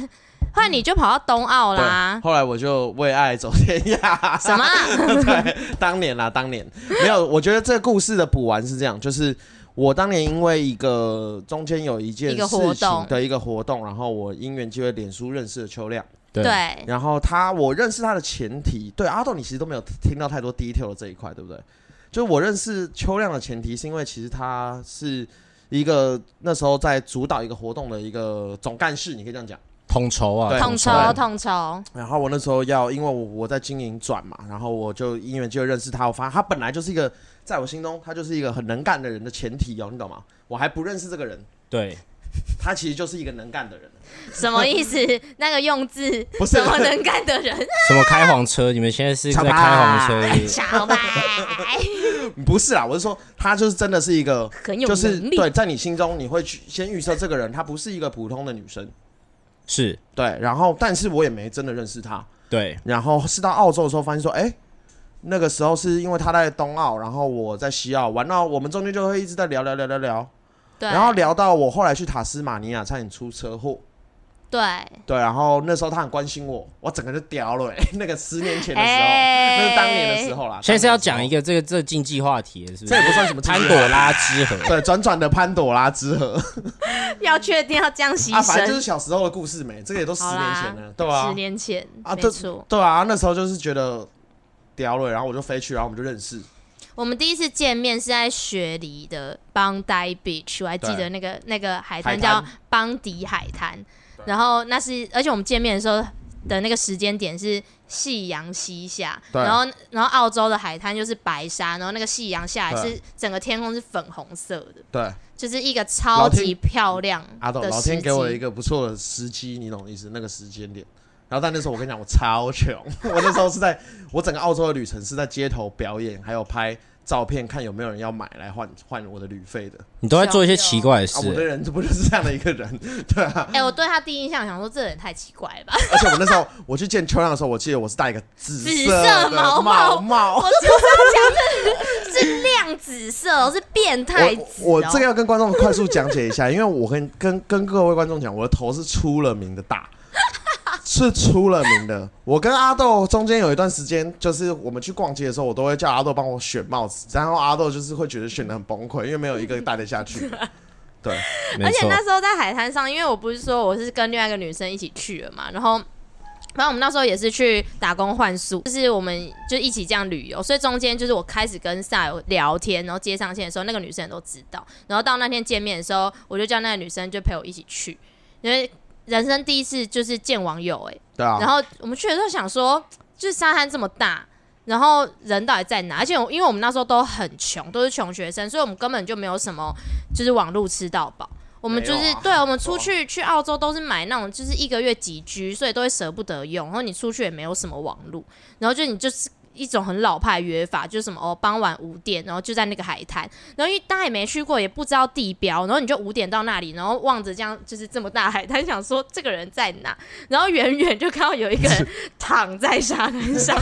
Speaker 3: 后来你就跑到东澳啦
Speaker 4: 对，，后来我就为爱走天涯。
Speaker 3: 什么啊？
Speaker 4: [laughs] 对，当年啦，当年没有。我觉得这个故事的补完是这样，就是我当年因为一个中间有一件
Speaker 3: 一个活
Speaker 4: 事情
Speaker 3: 动
Speaker 4: 的一个活动，然后我因缘机会脸书认识了秋亮，
Speaker 2: 对
Speaker 3: 对，
Speaker 4: 然后他我认识他的前提，对阿豆你其实都没有听到太多 detail 的这一块，对不对？就是我认识秋亮的前提是因为其实他是一个那时候在主导一个活动的一个总干事，你可以这样讲。
Speaker 2: 统筹啊，
Speaker 4: 对
Speaker 3: 统筹
Speaker 4: 对
Speaker 3: 统筹，
Speaker 4: 然后我那时候要，因为我我在经营转嘛，然后我就因为就认识他，我发现他本来就是一个，在我心中他就是一个很能干的人的前提哦，你懂吗？我还不认识这个人，
Speaker 2: 对，
Speaker 4: 他其实就是一个能干的人，
Speaker 3: 什么意思？ [laughs] 那个用字
Speaker 4: 不是
Speaker 3: 什么 [laughs] 能干的人？
Speaker 2: 什么开黄车？你们现在是在
Speaker 4: 吵吧
Speaker 2: 开黄车？
Speaker 3: 小白
Speaker 4: 不是啊啦，我是说他就是真的是一个，
Speaker 3: [laughs] 很有
Speaker 4: 就是
Speaker 3: 能力，
Speaker 4: 对，在你心中你会去先预测这个人，她不是一个普通的女生，
Speaker 2: 是，
Speaker 4: 对，然后但是我也没真的认识她，
Speaker 2: 对，
Speaker 4: 然后是到澳洲的时候发现说，哎、那个时候是因为他在东澳，然后我在西澳，玩到我们中间就会一直在聊聊聊聊聊，
Speaker 3: 对，
Speaker 4: 然后聊到我后来去塔斯马尼亚差点出车祸，
Speaker 3: 对，
Speaker 4: 对，然后那时候他很关心我，我整个就屌了、欸， [laughs] 那个十年前的时候，
Speaker 3: 哎
Speaker 4: 那是当年的时候啦。
Speaker 2: 现在是要
Speaker 4: 当
Speaker 2: 讲
Speaker 4: 年
Speaker 2: 一
Speaker 4: 的时
Speaker 2: 个这个这个竞技话题了，是不
Speaker 4: 候，这
Speaker 2: 是？
Speaker 4: 也不算什么
Speaker 2: 潘
Speaker 4: 经济
Speaker 2: 朵拉之河，
Speaker 4: 对，转转的潘朵拉之河
Speaker 3: 要确定要这样牺
Speaker 4: 啊，反正就
Speaker 3: 牲
Speaker 4: 是。小时候的故事没，这个也都十
Speaker 3: 好
Speaker 4: 年
Speaker 3: 啦
Speaker 4: 前了，对吧、
Speaker 3: 十年前，
Speaker 4: 啊
Speaker 3: 没
Speaker 4: 这
Speaker 3: 错，
Speaker 4: 对啊，那时候就是觉得屌了、然后我就飞去，然后我们就认识。
Speaker 3: 我们第一次见面是在雪梨的邦迪 beach，我还记
Speaker 4: 对
Speaker 3: 得那个那个海
Speaker 4: 海
Speaker 3: 滩
Speaker 4: 滩
Speaker 3: 叫邦迪海滩。然后那是，而且我们见面的时候的那个时间点是夕阳西下，
Speaker 4: 对
Speaker 3: 然后然后澳洲的海滩就是白沙，然后那个夕阳下来
Speaker 4: 对
Speaker 3: 是整个天空是粉红色的，
Speaker 4: 对，
Speaker 3: 就是一个超级漂亮
Speaker 4: 阿斗，
Speaker 3: 的
Speaker 4: 老
Speaker 3: 时
Speaker 4: 天给我
Speaker 3: 机
Speaker 4: 一个不错的时机，你懂我意思？那个时间点。然后，但那时候我跟你讲，我超穷。 [laughs] 我那时候是在我整个澳洲的旅程是在街头表演，还有拍照片，看有没有人要买来换换我的旅费的。
Speaker 2: 你都在做一些奇怪的事
Speaker 4: 啊，我。的人这不就是这样的一个人，对啊。
Speaker 3: 哎、我对他第一印象想说这人太奇怪了吧，
Speaker 4: 而且我那时候我去见秋亮的时候，我记得我是戴一个紫
Speaker 3: 紫
Speaker 4: 色的
Speaker 3: 色毛
Speaker 4: 帽
Speaker 3: 帽
Speaker 4: 帽
Speaker 3: 我。就是要讲这是亮紫色哦，是变态
Speaker 4: 我
Speaker 3: 紫、哦
Speaker 4: 我我这个要跟观众快速讲解一
Speaker 2: [laughs]
Speaker 4: 下，因为我跟跟跟各位观众讲，我的头是出了名的大， [laughs] 是出了名的。我跟阿豆中间有一段时间，就是我们去逛街的时候，我都会叫阿豆帮我选帽子，然后阿豆就是会觉得选的很崩溃，因为没有一个戴得下
Speaker 2: [laughs]
Speaker 4: 去。对，
Speaker 2: 没
Speaker 3: 而且
Speaker 2: 错，
Speaker 3: 那时候在海滩上，因为我不是说我是跟另外一个女生一起去了嘛，然后。反正我们那时候也是去打工换宿，就是我们就一起这样旅游，所以中间就是我开始跟萨友聊天，然后接上线的时候，那个女生也都知道，然后到那天见面的时候，我就叫那个女生就陪我一起去，因为人生第一次就是见网友哎、
Speaker 4: 对啊。
Speaker 3: 然后我们去的时候想说，就是沙滩这么大，然后人到底在哪？而且我因为我们那时候都很穷，都是穷学生，所以我们根本就没有什么就是网路吃到饱。我们就
Speaker 4: 没
Speaker 3: 是、
Speaker 4: 有啊
Speaker 3: 对，我们出去去澳洲都是买那种就是一个月几 G，所以都会舍不得用。然后你出去也没有什么网路，然后就你就是一种很老派约法，就是什么哦，傍晚五点，然后就在那个海滩，然后因为大家也没去过，也不知道地标，然后你就五点到那里，然后望着这样就是这么大海滩，想说这个人在哪，然后远远就看到有一个人躺在沙滩
Speaker 4: [laughs]
Speaker 3: 上，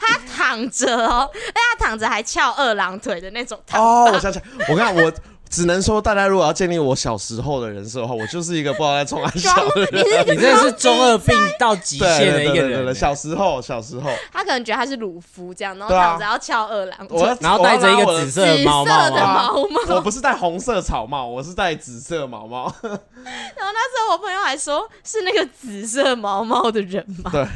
Speaker 3: 他躺着哦，哎，他躺着还翘二郎腿的那种躺，
Speaker 4: 哦，我想起来，我看我只能说，大家如果要建立我小时候的人设的话，我就是一个不知道在
Speaker 2: [laughs]
Speaker 4: 冲安小
Speaker 3: 装
Speaker 4: 的
Speaker 3: 你
Speaker 4: 人。
Speaker 3: 是
Speaker 2: 你真的是中二病到极
Speaker 4: 对
Speaker 2: 限
Speaker 4: 对
Speaker 2: 的
Speaker 4: 对
Speaker 2: 一个
Speaker 4: 对对对
Speaker 2: 人
Speaker 4: 对，
Speaker 2: 欸。
Speaker 4: 小时候，小时候，
Speaker 3: 他可能觉得他是鲁夫这样，然后
Speaker 4: 对啊
Speaker 3: 躺着要翘二郎腿，
Speaker 4: 我要
Speaker 2: 然后戴着一
Speaker 4: 我要
Speaker 2: 个
Speaker 4: 拉我的
Speaker 2: 紫色
Speaker 3: 紫
Speaker 2: 的猫
Speaker 3: 色
Speaker 2: 帽
Speaker 3: 的
Speaker 2: 啊，
Speaker 3: 毛毛，
Speaker 4: [laughs] 我不是戴红色草帽，我是戴紫色毛帽。
Speaker 3: 然后那时候我朋友还说是那个紫色毛毛的人吗？
Speaker 4: 对。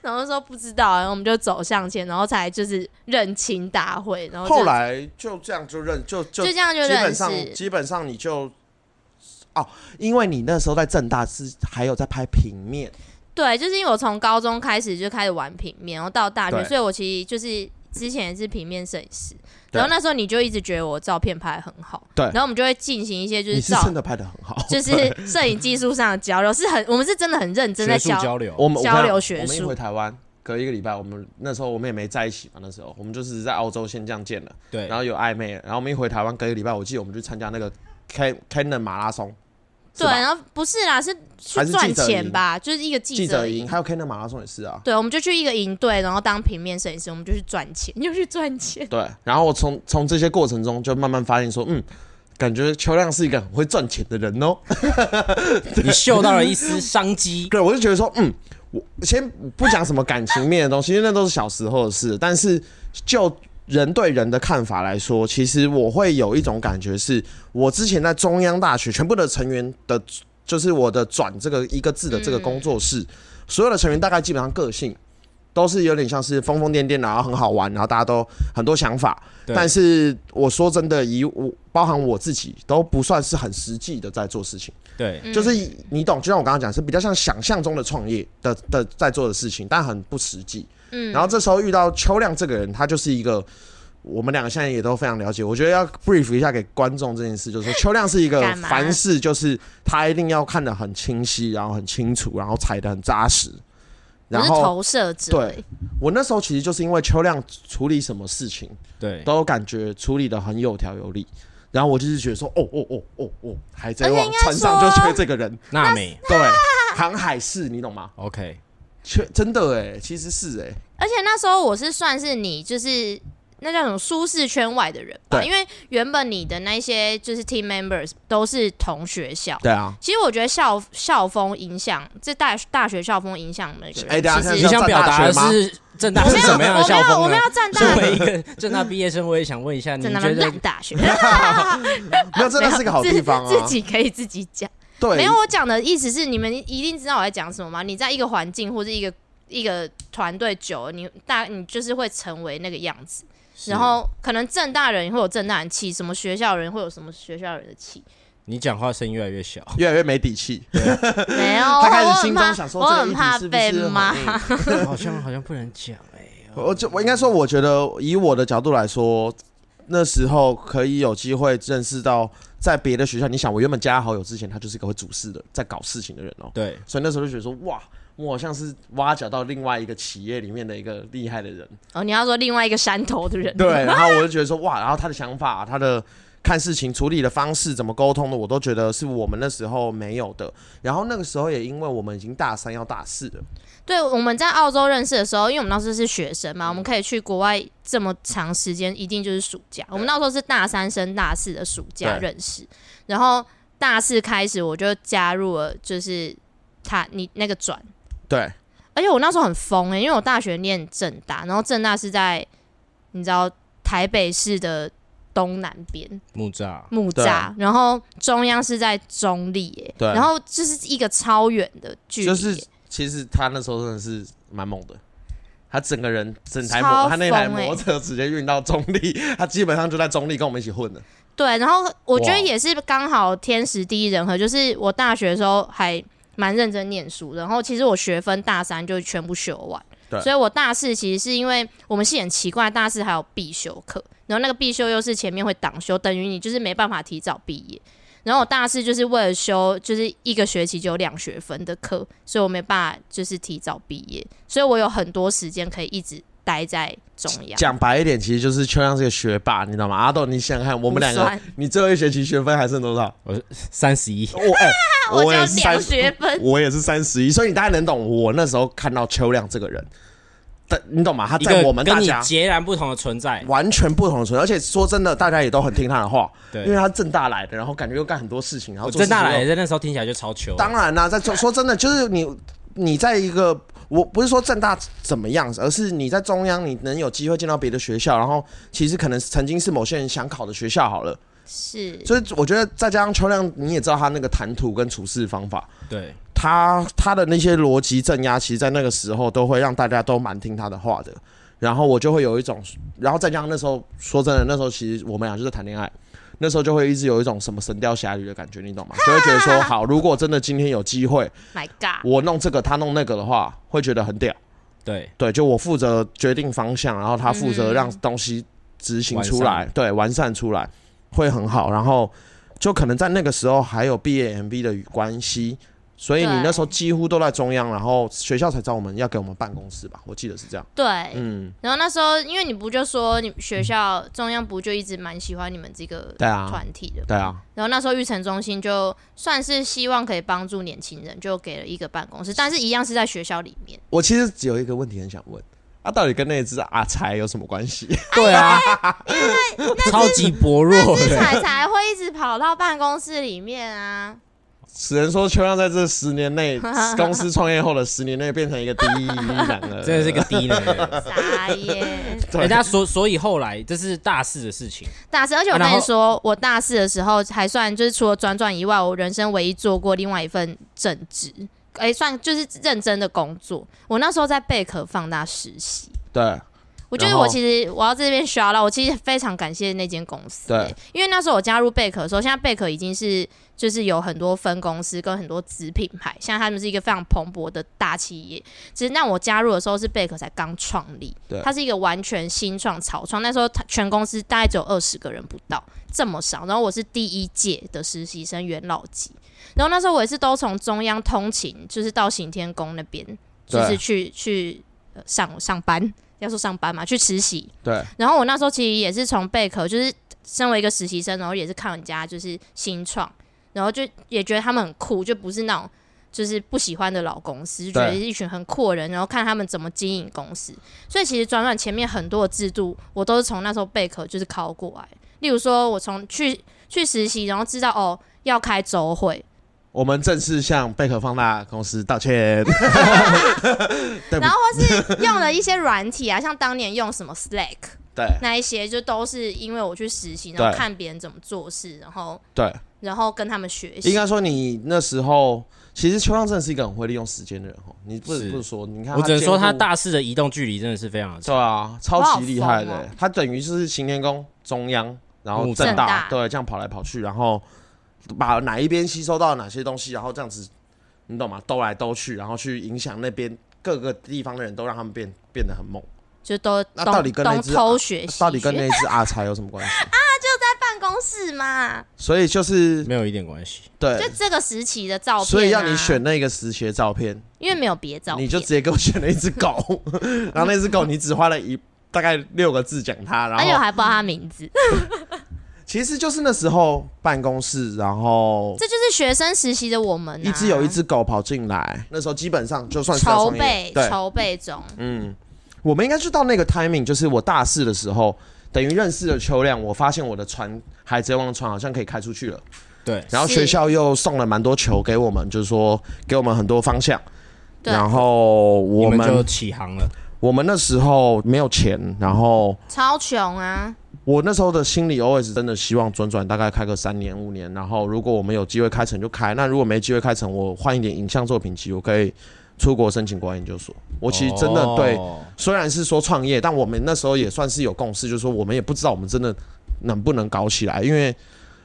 Speaker 3: 然后说不知道，然后我们就走向前，然后才就是认亲大会， [laughs] 然后就
Speaker 4: 后来就这样就认就就
Speaker 3: 就这样就
Speaker 4: 基
Speaker 3: 认
Speaker 4: 本
Speaker 3: 识
Speaker 4: 上。基本上你就哦，因为你那时候在正大是还有在拍平面，
Speaker 3: 对，就是因为我从高中开始就开始玩平面，然后到大学，
Speaker 4: 对
Speaker 3: 所以我其实就是之前也是平面摄影师，
Speaker 4: 对
Speaker 3: 然后那时候你就一直觉得我照片拍得很好，
Speaker 4: 对
Speaker 3: 然后我们就会进行一些就是
Speaker 4: 你是
Speaker 3: 照 [laughs]
Speaker 4: 真，的拍的很好，
Speaker 3: 就是摄影技术上的交流，是很我们是真的很认真在
Speaker 2: 学术
Speaker 3: 交
Speaker 2: 交流，
Speaker 4: [laughs] 我们我
Speaker 3: 交
Speaker 4: 看
Speaker 3: 流学
Speaker 4: 我们一
Speaker 3: 术
Speaker 4: 回台湾，隔一个礼拜，我们那时候我们也没在一起嘛，那时候我们就是在澳洲先这样见了，
Speaker 2: 对
Speaker 4: 然，后有暧昧了，然后我们一回台湾，隔一个礼拜，我记得我们去参加那个 Can Canon 马拉松，是
Speaker 3: 对，
Speaker 4: 吧
Speaker 3: 然后不是啦，是去
Speaker 4: 还是
Speaker 3: 赚
Speaker 4: 记者
Speaker 3: 钱
Speaker 4: 营
Speaker 3: 吧，就是一个记
Speaker 4: 记者
Speaker 3: 营
Speaker 4: 营，还有 Canon 马拉松也是啊，
Speaker 3: 对，我们就去一个营队，然后当平面摄影师，我们就去赚钱，又去赚钱。
Speaker 4: 对，然后我从从这些过程中就慢慢发现说，嗯，感觉秋亮是一个很会赚钱的人哦，
Speaker 2: [laughs] 你嗅到了一丝商机。
Speaker 4: 对，我就觉得说，嗯，我先不讲什么感情面的东西，因为那都是小时候的事。但是就人对人的看法来说，其实我会有一种感觉是，我之前在中央大学全部的成员的，就是我的转这个一个字的这个工作室，所有的成员大概基本上个性。都是有点像是疯疯癫癫，然后很好玩，然后大家都很多想法。
Speaker 2: 对
Speaker 4: [laughs] 但是我说真的，以我包含我自己，都不算是很实际的在做事情。
Speaker 2: 对，
Speaker 3: 嗯
Speaker 4: 就是你懂，就像我刚刚讲，是比较像想象中的创业的的在做的事情，但很不实际。
Speaker 3: 嗯
Speaker 4: 然后这时候遇到秋亮这个人，他就是一个我们两个现在也都非常了解。我觉得要 brief 一下给观众这件事，就是说秋亮是
Speaker 3: [laughs]
Speaker 4: 一个
Speaker 3: 干嘛
Speaker 4: 凡事就是他一定要看得很清晰，然后很清楚，然后踩得很扎实。
Speaker 3: 我
Speaker 4: 然
Speaker 3: 是
Speaker 4: 后
Speaker 3: 投射者，
Speaker 4: 对，我那时候其实就是因为秋亮处理什么事情
Speaker 2: 对，
Speaker 4: 都感觉处理的很有条有理，然后我就是觉得说，哦哦哦哦哦，海贼
Speaker 3: 而且
Speaker 4: 王
Speaker 3: 应该
Speaker 4: 船上就
Speaker 3: 说
Speaker 4: 缺这个人。
Speaker 2: 娜美
Speaker 4: 对，
Speaker 3: [laughs]
Speaker 4: 航海士，你懂吗？
Speaker 2: ，OK，
Speaker 4: 确真的哎，其实是哎，
Speaker 3: 而且那时候我是算是你就是。那叫什么舒适圈外的人吧，
Speaker 4: 对
Speaker 3: 因为原本你的那些就是 team members 都是同学校，
Speaker 4: 对啊。
Speaker 3: 其实我觉得校校风影响，这大大学校风影响每个人。
Speaker 4: 哎等一下
Speaker 3: 其
Speaker 2: 你
Speaker 4: 现
Speaker 3: 实
Speaker 4: 在
Speaker 2: 想表达的是正大
Speaker 3: 我
Speaker 2: 是
Speaker 3: 没有，
Speaker 2: 什么样的校
Speaker 3: 我没有，我
Speaker 2: 风
Speaker 3: 们
Speaker 2: 呢？
Speaker 3: 要站大
Speaker 2: 作为一个正大毕业生，我也想问一下，
Speaker 3: [laughs]
Speaker 2: 你
Speaker 3: 真的
Speaker 2: 觉得
Speaker 4: [laughs]
Speaker 3: 烂大学，
Speaker 4: 没有，真的是个好地方
Speaker 3: 自
Speaker 4: 啊
Speaker 3: 自。己可以自己讲。
Speaker 4: 对，
Speaker 3: 没有，我讲的意思是，你们一定知道我在讲什么吗？你在一个环境或者一个一个团队久了，你大你就是会成为那个样子。
Speaker 2: 是
Speaker 3: 然后可能正大人会有正大人气，什么学校人会有什么学校人的
Speaker 4: [laughs]
Speaker 3: 气。
Speaker 2: 你讲话声音越来越
Speaker 3: [laughs]
Speaker 2: 小，
Speaker 4: 越来越没底气。
Speaker 3: 没有，
Speaker 4: 他开
Speaker 3: 我很
Speaker 4: 始心中
Speaker 3: 怕，
Speaker 4: 想说，
Speaker 3: 我
Speaker 4: 这个
Speaker 3: 很
Speaker 4: 议
Speaker 3: 怕
Speaker 4: 题是不嗯
Speaker 3: 被
Speaker 4: 是
Speaker 3: 骂。
Speaker 4: 很硬？
Speaker 2: 好像好像不能讲哎。
Speaker 4: 我就我应该说，我觉得以我的角度来说，那时候可以有机会认识到，在别的学校，你想，我原本加好友之前，他就是一个会主事的，在搞事情的人哦。
Speaker 2: 对，
Speaker 4: 所以那时候就觉得说，哇，我好像是挖角到另外一个企业里面的一个厉害的人。
Speaker 3: 哦，你要说另外一个山头的 [laughs] 人，
Speaker 4: 对，然后我就觉得说，哇，然后他的想法，啊他的看事情处理的方式，怎么沟通的，我都觉得是我们那时候没有的。然后那个时候也因为我们已经大三要大四了，
Speaker 3: 对，我们在澳洲认识的时候，因为我们那时候是学生
Speaker 4: 嗯
Speaker 3: 嘛，我们可以去国外这么长时间，一定就是暑假。我们那时候是大三升大四的暑假
Speaker 4: 对
Speaker 3: 认识，然后大四开始我就加入了，就是他你那个转，
Speaker 4: 对，
Speaker 3: 而且我那时候很疯欸诶、因为我大学念正大，然后正大是在你知道台北市的东南边，
Speaker 2: 木栅
Speaker 3: 木栅，然后中央是在中立、欸，
Speaker 4: 对
Speaker 3: 然后这是一个超远的距离、欸
Speaker 4: 就是其实他那时候真的是蛮猛的。他整个人整台
Speaker 3: 超
Speaker 4: 摩，他那台
Speaker 3: 疯欸
Speaker 4: 摩托车直接运到中立，他基本上就在中立跟我们一起混了。
Speaker 3: 对，然后我觉
Speaker 4: 哇哦
Speaker 3: 得也是刚好天时地利人和，就是我大学的时候还蛮认真念书，然后其实我学分大三就全部修完
Speaker 4: 对，
Speaker 3: 所以我大四其实是因为我们系很奇怪，大四还有必修课，然后那个必修又是前面会挡修，等于你就是没办法提早毕业。然后我大四就是为了修，就是一个学期就有两学分的课，所以我没办法就是提早毕业，所以我有很多时间可以一直待在中央。
Speaker 4: 讲白一点，其实就是秋亮是个学霸，你知道吗？阿豆，你想想看，我们两
Speaker 3: 不
Speaker 4: 个
Speaker 3: 算，
Speaker 4: 你最后一学期学分还剩多少？
Speaker 2: 三十一，
Speaker 4: 我哎、
Speaker 3: [laughs] 我就
Speaker 4: 也是
Speaker 3: 两
Speaker 4: 三
Speaker 3: 学分，
Speaker 4: 我也是三十一，所以你大概能懂我那时候看到秋亮这个人，但你懂吗？他
Speaker 2: 一个
Speaker 4: 在我们
Speaker 2: 跟
Speaker 4: 大
Speaker 2: 你
Speaker 4: 家
Speaker 2: 截然不同的存在。
Speaker 4: 完全不同的存在，而且说真的，大家也都很听他的话，因为
Speaker 2: 对，
Speaker 4: 他正大来的，然后感觉又干很多事情，然后
Speaker 2: 我
Speaker 4: 做事
Speaker 2: 正大
Speaker 4: 情又
Speaker 2: 来在那时候听起来就超球。
Speaker 4: 当然啦、在做说真的，就是你你在一个我不是说正大怎么样，而是你在中央，你能有机会见到别的学校，然后其实可能曾经是某些人想考的学校好了，
Speaker 3: 是
Speaker 4: 所以我觉得再加上秋亮，你也知道他那个谈吐跟处事方法，
Speaker 2: 对，
Speaker 4: 他他的那些逻辑镇压，其实在那个时候都会让大家都蛮听他的话的。然后我就会有一种，然后再加上那时候说真的，那时候其实我们俩就是谈恋爱，那时候就会一直有一种什么《神雕侠侣》的感觉，你懂吗？就会觉得说，好，如果真的今天有机会，
Speaker 3: ，My God。
Speaker 4: 我弄这个，他弄那个的话，会觉得很屌。
Speaker 2: 对，
Speaker 4: 对，就我负责决定方向，然后他负责
Speaker 3: 嗯
Speaker 4: 让东西执行
Speaker 2: 完
Speaker 4: 出来，
Speaker 2: 善
Speaker 4: 对，完善出来会很好。然后就可能在那个时候还有毕业 MV 的关系，所以你
Speaker 3: 对
Speaker 4: 那时候几乎都在中央，然后学校才找我们要给我们办公室吧，我记得是这样。
Speaker 3: 对，
Speaker 4: 嗯，
Speaker 3: 然后那时候因为你不就说你学校中央不就一直蛮喜欢你们这个
Speaker 4: 对啊
Speaker 3: 团体的，
Speaker 4: 对啊，
Speaker 3: 然后那时候育成中心就算是希望可以帮助年轻人，就给了一个办公室，但是一样是在学校里面。
Speaker 4: 我其实只有一个问题很想问。啊，到底跟那只阿才有什么关系？ [laughs]
Speaker 2: 对啊，超级薄
Speaker 4: 哦
Speaker 2: 弱欸
Speaker 3: 是
Speaker 2: 的，
Speaker 3: 彩彩会一直跑到办公室里面啊，
Speaker 4: 只能说秋亮在这十年
Speaker 3: [laughs]
Speaker 4: 内，公司创业后的十年内变成一个第一男儿，
Speaker 2: 真的是个低能儿。
Speaker 3: [laughs] 傻耶！
Speaker 4: 对
Speaker 2: 人家所所以后来这是大四的事情，
Speaker 3: 大四，而且我
Speaker 2: 啊然
Speaker 3: 跟
Speaker 2: 后
Speaker 3: 你说，我大四的时候还算就是除了转转以外，我人生唯一做过另外一份正职，哎、算就是认真的工作。我那时候在贝壳放大实习。
Speaker 4: 对
Speaker 3: 我觉得
Speaker 4: 然后
Speaker 3: 我其实我要这边 shout out，我其实非常感谢那间公司、
Speaker 4: 对
Speaker 3: 欸因为那时候我加入贝壳的时候，现在贝壳已经是就是有很多分公司跟很多子品牌，像他们是一个非常蓬勃的大企业。其实那我加入的时候是贝壳才刚创立
Speaker 4: 对，
Speaker 3: 它是一个完全新创草创，那时候它全公司大概只有二十个人不到，这么少。然后我是第一届的实习生元老级，然后那时候我也是都从中央通勤，就是到行天宫那边，就
Speaker 4: 对
Speaker 3: 是去去、呃上上班，要说上班嘛，去实习。
Speaker 4: 对，
Speaker 3: 然后我那时候其实也是从贝壳，就是身为一个实习生，然后也是看人家就是新创，然后就也觉得他们很酷，就不是那种就是不喜欢的老公司，就觉得
Speaker 4: 对
Speaker 3: 是一群很酷的人，然后看他们怎么经营公司。所以其实转转前面很多的制度，我都是从那时候贝壳就是考过来。例如说，我从去去实习，然后知道哦要开周会，
Speaker 4: 我们正式向贝壳放大公司
Speaker 2: [laughs]
Speaker 4: 道歉。对不
Speaker 3: 然后或是用了一些软体啊，像当年用什么 Slack
Speaker 4: 对
Speaker 3: 那一些，就都是因为我去实习，然后
Speaker 4: 对
Speaker 3: 看别人怎么做事，然后
Speaker 4: 对，
Speaker 3: 然后跟他们学习。
Speaker 4: 应该说你那时候，其实秋浪真的是一个很会利用时间的人哦。你不
Speaker 2: 是
Speaker 4: 不是说，你看
Speaker 2: 我只能说他
Speaker 4: 兼顾
Speaker 2: 大四的移动距离真的是非常的
Speaker 4: 对
Speaker 2: 长。
Speaker 4: 啊，超级厉害的
Speaker 3: 我好疯哦。
Speaker 4: 他等于是行天宫中央，然后
Speaker 2: 嗯
Speaker 4: 正
Speaker 3: 正
Speaker 4: 大
Speaker 3: 大
Speaker 4: 对，这样跑来跑去，然后把哪一边吸收到哪些东西，然后这样子，你懂吗？兜来兜去，然后去影响那边各个地方的人都让他们变变得很猛。
Speaker 3: 就都
Speaker 4: 那
Speaker 3: 东
Speaker 4: 到底跟那
Speaker 3: 东
Speaker 4: 只啊
Speaker 3: 偷学习，
Speaker 4: 到底跟
Speaker 3: 学
Speaker 4: 那只阿才有什么关系？
Speaker 3: 办公室嘛，
Speaker 4: 所以就是
Speaker 2: 没有一点关系，
Speaker 4: 对，
Speaker 3: 就这个时期的照片、啊，
Speaker 4: 呃所以要你选，那个实习的照片，
Speaker 3: 因为没有别的照片，
Speaker 4: 你就直接给我选了一只狗，
Speaker 3: [laughs]
Speaker 4: 然后那只狗你只花了一大概六个字讲它，然
Speaker 3: 而且我
Speaker 4: 后
Speaker 3: 哎还不知道他名字，
Speaker 4: 其实就是那时候办公室，然后
Speaker 3: 这就是学生实习的我们、啊，
Speaker 4: 一只有一只狗跑进来，那时候基本上就算是在
Speaker 3: 筹
Speaker 4: 创业
Speaker 3: 备
Speaker 4: 对，
Speaker 3: 筹备中，
Speaker 4: 嗯，我们应该就到那个 timing，就是我大四的时候。等于认识了秋亮，我发现我的船《海贼王》的船好像可以开出去了，
Speaker 2: 对，
Speaker 4: 然后
Speaker 3: 是
Speaker 4: 学校又送了蛮多球给我们，就是说给我们很多方向，
Speaker 3: 对，
Speaker 4: 然后
Speaker 2: 你
Speaker 4: 我
Speaker 2: 们
Speaker 4: 们
Speaker 2: 就起航了。
Speaker 4: 我们那时候没有钱，然后
Speaker 3: 超穷啊，
Speaker 4: 我那时候的心里 always 真的希望转转大概开个三年五年，然后如果我们有机会开成就开，那如果没机会开成，我换一点影像作品集，我可以出国申请国外研究所。我其实真的
Speaker 2: 哦
Speaker 4: 对，虽然是说创业，但我们那时候也算是有共识，就是说我们也不知道我们真的能不能搞起来，因为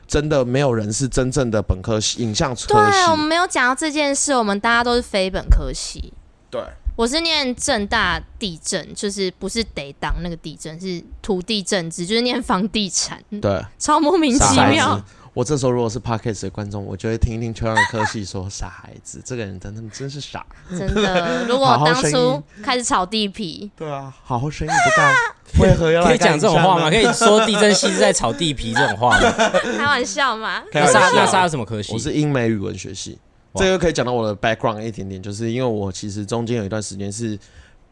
Speaker 4: 真的没有人是真正的本科系影像科
Speaker 3: 对啊我
Speaker 4: 系，
Speaker 3: 们没有讲到这件事，我们大家都是非本科系，
Speaker 4: 对
Speaker 3: 我是念正大地震，就是不是得当那个地震，是土地政治，就是念房地产，
Speaker 4: 对。
Speaker 3: 超莫名其
Speaker 4: 傻孩
Speaker 3: 妙
Speaker 4: 子。。我这时候如果是 Parkes 的观众，我就会听一听秋亮的科系说傻孩子，这个人真的真是傻。
Speaker 3: [laughs] 真的，如果
Speaker 4: 好好
Speaker 3: 我当
Speaker 4: 声
Speaker 3: 初
Speaker 4: 音
Speaker 3: 开始炒地 [laughs] 皮，
Speaker 4: 对啊，好好生意
Speaker 3: [laughs]
Speaker 4: 不干，为何要
Speaker 2: 可
Speaker 4: 来
Speaker 2: 以讲这种话吗？可以说地震系是在炒地皮这种话吗？
Speaker 3: 开玩笑嘛，
Speaker 4: [laughs] 开
Speaker 2: 那
Speaker 4: 玩笑
Speaker 2: 沙那沙有什么可惜
Speaker 4: 我？是英美语文学系，
Speaker 2: 哇
Speaker 4: 这个可以讲到我的 background 一点点，就是因为我其实中间有一段时间是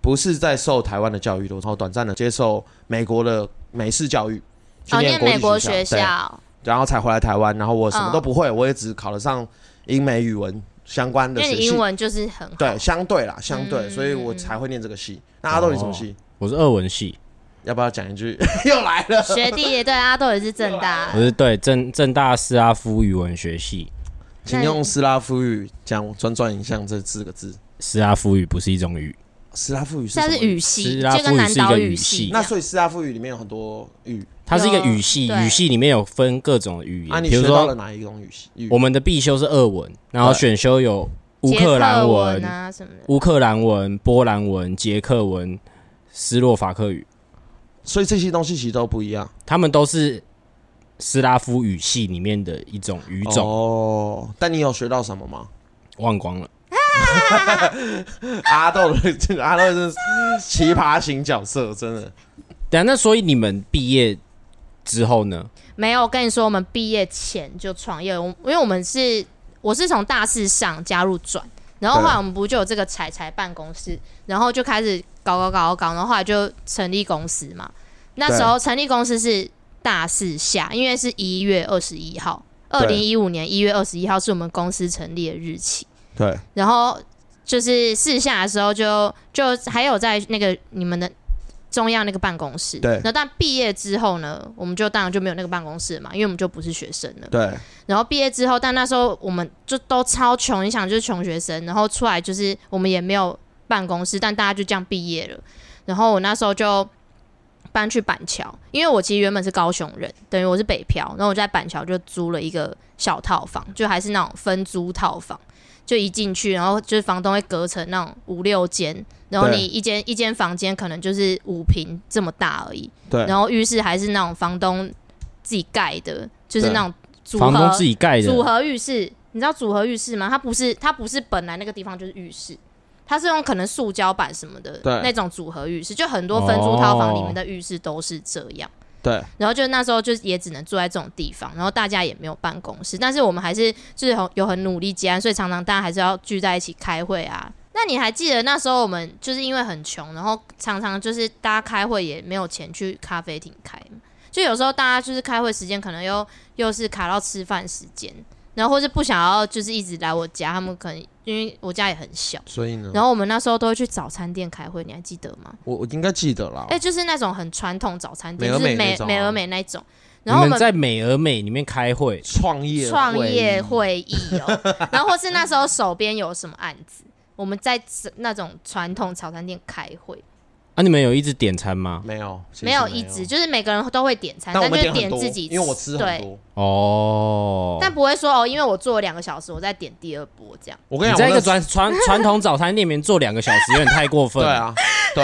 Speaker 4: 不是在受台湾的教育的，然后短暂的接受美国的美式教育，去
Speaker 3: 哦，念美国
Speaker 4: 国
Speaker 3: 学
Speaker 4: 校，对
Speaker 3: 校，
Speaker 4: 然后才回来台湾，然后我什么
Speaker 3: 嗯
Speaker 4: 都不会，我也只考得上英美语文相关
Speaker 3: 因
Speaker 4: 的
Speaker 3: 为
Speaker 4: 学
Speaker 3: 你
Speaker 4: 系
Speaker 3: 英。文就是很好，
Speaker 4: 对，相对啦，相对，
Speaker 3: 嗯
Speaker 4: 所以我才会念这个戏。那阿豆你什么戏？
Speaker 2: 我是二文系，
Speaker 4: 要不要讲
Speaker 3: [laughs]
Speaker 4: 一句？又来了。
Speaker 3: 学弟也对，阿豆也是正大
Speaker 2: [laughs] 我，是对正正大斯拉夫语文学系。
Speaker 4: 请用斯拉夫语讲“转转影像”这四个字。
Speaker 2: 斯拉夫语不是一种语，
Speaker 4: 斯拉夫语是
Speaker 3: 现
Speaker 4: 什
Speaker 3: 在
Speaker 4: 么
Speaker 3: 是语
Speaker 4: 语？
Speaker 3: 系，
Speaker 2: 斯拉夫
Speaker 3: 就跟南岛语
Speaker 2: 语是一个语系
Speaker 3: 系一啊
Speaker 4: 那
Speaker 3: 样。
Speaker 4: 所以斯拉夫语里面有很多语。
Speaker 2: 它是一个语系，
Speaker 3: 对
Speaker 2: 语系里面有分各种语
Speaker 4: 啊，
Speaker 2: 言，
Speaker 4: 你
Speaker 2: 比
Speaker 4: 学
Speaker 2: 如
Speaker 4: 到
Speaker 2: 说
Speaker 4: 了哪一种语系？语
Speaker 2: 我们的必修是俄文，然后
Speaker 4: 对
Speaker 2: 选修有乌
Speaker 3: 捷
Speaker 2: 克兰
Speaker 3: 克
Speaker 2: 文、
Speaker 3: 啊什么的，
Speaker 2: 乌克兰文、波兰文、捷克文、斯洛伐克语，
Speaker 4: 所以这些东西其实都不一样。
Speaker 2: 他们都是斯拉夫语系里面的一种语种，
Speaker 4: 哦，但你有学到什么吗？ [laughs]
Speaker 2: 忘光了。
Speaker 4: 阿豆的这个阿豆真是奇葩型角色，真的。
Speaker 2: 对啊，那所以你们毕业之后呢？
Speaker 3: 没有，我跟你说，我们毕业前就创业，我因为我们是我是从大四上加入转，然后后来我们不就有这个彩彩办公室，然后就开始搞搞搞搞，然后后来就成立公司嘛。那时候成立公司是大四下，因为是一月二十一号，二零一五年一月二十一号是我们公司成立的日期。
Speaker 4: 对，
Speaker 3: 然后就是试下的时候就就还有在那个你们的中央那个办公室，
Speaker 4: 对
Speaker 3: 那但毕业之后呢，我们就当然就没有那个办公室了嘛，因为我们就不是学生了。
Speaker 4: 对，
Speaker 3: 然后毕业之后，但那时候我们就都超穷，你想就是穷学生，然后出来就是我们也没有办公室，但大家就这样毕业了。然后我那时候就搬去板桥，因为我其实原本是高雄人，等于我是北漂，然后我在板桥就租了一个小套房，就还是那种分租套房。就一进去，然后就是房东会隔成那种五六间，然后
Speaker 4: 对
Speaker 3: 你一间一间房间可能就是五平这么大而已，
Speaker 4: 对，
Speaker 3: 然后浴室还是那种房东自己盖的，就是
Speaker 4: 对
Speaker 3: 那种组合
Speaker 2: 房东自己盖
Speaker 3: 组
Speaker 2: 的，
Speaker 3: 合浴室，你知道组合浴室吗？它不是它不是本来那个地方就是浴室，它是用可能塑胶板什么的
Speaker 4: 对
Speaker 3: 那种组合浴室，就很多分租套房里面的浴室都是这样。
Speaker 4: 对，
Speaker 3: 然后就那时候就也只能住在这种地方，然后大家也没有办公室，但是我们还是就是很有很努力接案，所以常常大家还是要聚在一起开会啊。那你还记得那时候我们就是因为很穷，然后常常就是大家开会也没有钱去咖啡厅开嘛，就有时候大家就是开会时间可能又又是卡到吃饭时间，然后或是不想要就是一直来我家，他们可能因为我家也很小，
Speaker 4: 所以呢，
Speaker 3: 然后我们那时候都会去早餐店开会，你还记得吗？
Speaker 4: 我我应该记得啦
Speaker 3: 哎、。就是那种很传统早餐店，
Speaker 4: 美而
Speaker 3: 就是
Speaker 4: 美那
Speaker 3: 美
Speaker 4: 种啊
Speaker 3: 美而美那种。
Speaker 2: 你
Speaker 3: 然后我
Speaker 2: 们
Speaker 3: 们
Speaker 2: 在美而美里面开会，
Speaker 4: 创业
Speaker 3: 创
Speaker 4: 会
Speaker 3: 业会议哦，然后或是那时候手边有什么案子，我们在那种传统早餐店开会，
Speaker 2: 啊，你们有一直点餐吗？
Speaker 4: 没有，其实
Speaker 3: 没有一直，就是每个人都会点餐，
Speaker 4: 但我们
Speaker 3: 就
Speaker 4: 很
Speaker 3: 点
Speaker 4: 多，
Speaker 3: 自己，
Speaker 4: 因为我吃很
Speaker 3: 对，
Speaker 4: 多。啊
Speaker 2: 哦，
Speaker 3: 但不会说哦，因为我做了两个小时，我再点第二波这样。
Speaker 4: 我跟
Speaker 2: 你
Speaker 4: 你讲，
Speaker 2: 在一
Speaker 4: 我
Speaker 2: 个
Speaker 4: 那
Speaker 2: 传
Speaker 3: [laughs]
Speaker 2: 传传统早餐店里面坐两个小时，有点太过分。
Speaker 4: 对啊，对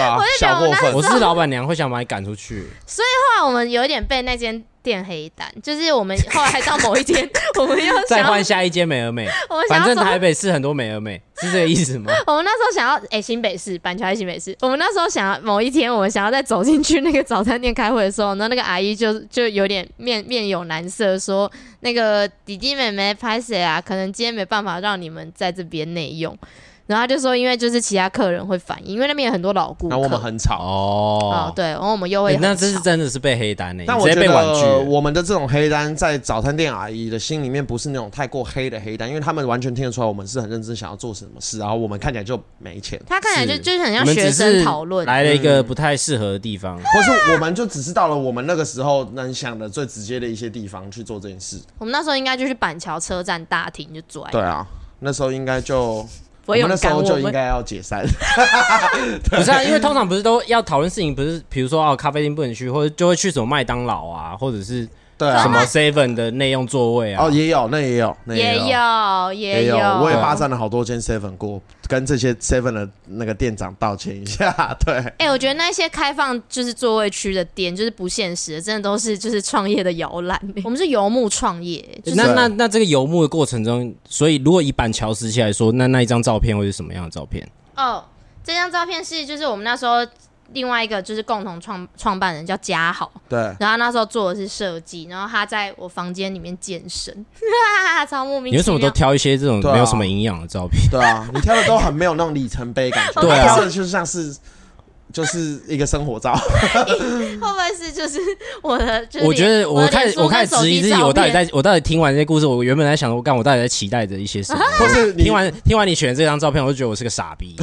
Speaker 3: [laughs]
Speaker 4: 啊，小过分。
Speaker 2: 我是老板娘，会想把你赶出去。
Speaker 3: 后来我们有一点被那间店黑单，就是我们后来到某一天，我们又
Speaker 2: 再
Speaker 3: 想要
Speaker 2: 换下一间美而美，
Speaker 3: 我们
Speaker 2: 反
Speaker 3: 想要
Speaker 2: 正
Speaker 3: 从
Speaker 2: 台北市很多美而美，是这个意思吗？
Speaker 3: 我们那时候想要，哎、新北市板桥还是新北市？我们那时候想要某一天，我们想要再走进去那个早餐店开会的时候，那那个阿姨就就有点面面有难色，说那个弟弟妹妹拍谁啊？可能今天没办法让你们在这边内用。然后她就说，因为就是其他客人会反映，因为那边有很多老顾客。
Speaker 4: 然后我们很吵，
Speaker 3: [laughs] 哦
Speaker 2: 哦，，
Speaker 3: 对，然后我们又会
Speaker 2: 欸
Speaker 3: 很吵、
Speaker 2: 那这是真的是被黑单呢，
Speaker 4: 但
Speaker 2: 你
Speaker 4: 我
Speaker 2: 直
Speaker 4: 觉
Speaker 2: 接被婉拒
Speaker 4: 得
Speaker 2: 了。
Speaker 4: 我们的这种黑单，在早餐店阿姨的心里面不是那种太过黑的黑单，因为他们完全听得出来我们是很认真想要做什么事，然后我们看起来就没钱，
Speaker 3: 他看起来
Speaker 2: 是
Speaker 3: 就就是很
Speaker 2: 你
Speaker 3: 像
Speaker 2: 们
Speaker 3: 学
Speaker 2: 只
Speaker 3: 生
Speaker 2: 是
Speaker 3: 讨论，
Speaker 2: 来了一个不太适合的地方。 [laughs]
Speaker 4: 或是我们就只是到了我们那个时候能想的最直接的一些地方去做这件事。
Speaker 3: 我们那时候应该就去板桥车站大厅就坐在
Speaker 4: 对，啊，那时候应该就。
Speaker 3: 不会有
Speaker 4: 们
Speaker 3: 人
Speaker 4: 那时
Speaker 3: 赶
Speaker 4: 候
Speaker 3: 我
Speaker 4: 就应
Speaker 3: 们。
Speaker 4: 该要
Speaker 2: [laughs]
Speaker 4: 解散，
Speaker 2: 不是啊，因为通常不是都要讨论事情，不是比如说哦，咖啡厅不能去，或者就会去什么麦当劳啊，或者是
Speaker 4: 对
Speaker 2: 什
Speaker 4: 啊，
Speaker 2: 么 Seven 的内用座位啊
Speaker 4: 哦。也有，那也有，那
Speaker 3: 也
Speaker 4: 有，
Speaker 3: 有，也
Speaker 4: 也有，我也霸
Speaker 3: 有。
Speaker 4: 占了好多间 Seven 过，跟这些 Seven 的那个店长道歉一下。 [laughs] 对，
Speaker 3: 哎、我觉得那些开放就是座位区的店，就是不现实的，真的都是就是创业的摇 [laughs] 篮。我们是游牧创业，就是
Speaker 2: 那那那这个游牧的过程中，所以如果以板桥时期来说，那那一张照片会是什么样的照片？
Speaker 3: 哦，这张照片是就是我们那时候另外一个就是共同创创办人叫嘉豪，
Speaker 4: 对，
Speaker 3: 然后他那时候做的是设计，然后他在我房间里面健身，超莫名
Speaker 2: 你为
Speaker 3: 其
Speaker 2: 什么都
Speaker 3: 妙。
Speaker 2: 挑一些这种
Speaker 4: 对啊
Speaker 2: 没有什么营养的照片？
Speaker 4: 对啊，你挑的都很没有那种里程碑感
Speaker 2: [laughs]
Speaker 4: 觉，
Speaker 2: 对啊
Speaker 4: 挑的就像是就是一个生
Speaker 2: [laughs]
Speaker 4: 活照，
Speaker 3: 会不会是就是我的？就是
Speaker 2: 我觉得
Speaker 3: 我
Speaker 2: 我
Speaker 3: 的
Speaker 2: 开
Speaker 3: 脸
Speaker 2: 始
Speaker 3: 书
Speaker 2: 我开始
Speaker 3: 跟手
Speaker 2: 质疑
Speaker 3: 机
Speaker 2: 自己，我到底
Speaker 3: 照片
Speaker 2: 在我到底听完这些故事，我原本在想，我干，我到底在期待着一
Speaker 3: [laughs]
Speaker 2: 些什么？
Speaker 4: 或是你
Speaker 2: 听完听完你选的这张照片，我就觉得我是个傻逼。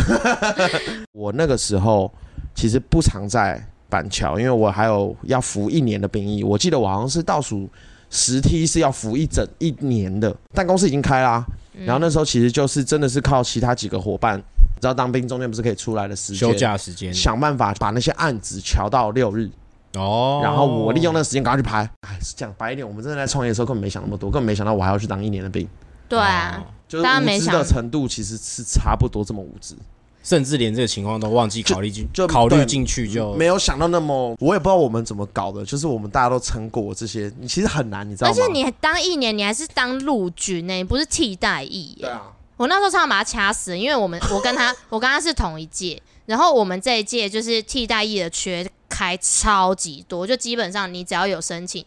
Speaker 4: 我那个时候其实不常在板桥，因为我还有要服一年的兵役。我记得我好像是倒数十梯是要服一整一年的，但公司已经开啦、
Speaker 2: 嗯
Speaker 4: 然后那时候其实就是真的是靠其他几个伙伴，你知道当兵中间不是可以出来的时
Speaker 2: 休
Speaker 4: 间，
Speaker 2: 假时间
Speaker 4: 想办法把那些案子调到六日，
Speaker 2: 哦，
Speaker 4: 然后我利用那个时间赶快去拍。哎，讲白一点，我们真的在创业的时候根本没想那么多，根本没想到我还要去当一年的兵。
Speaker 3: 对啊，
Speaker 2: 哦
Speaker 4: 就是
Speaker 3: 大家没
Speaker 4: 无知
Speaker 3: 想
Speaker 4: 的程度其实是差不多这么无知，
Speaker 2: 甚至连这个情况都忘记考虑进
Speaker 4: 就
Speaker 2: 考虑
Speaker 4: 对
Speaker 2: 进去就
Speaker 4: 没有想到那么，我也不知道我们怎么搞的，就是我们大家都撑过这些，你其实很难，你知
Speaker 3: 而
Speaker 4: 道吗？
Speaker 3: 且你当一年，你还是当陆军欸呢、你不是替代役、耶
Speaker 4: 对啊，
Speaker 3: 我那时候差点把他掐死，因为我们我跟他 [laughs] 我跟他是同一届，然后我们这一届就是替代役的缺开超级多，就基本上你只要有申请，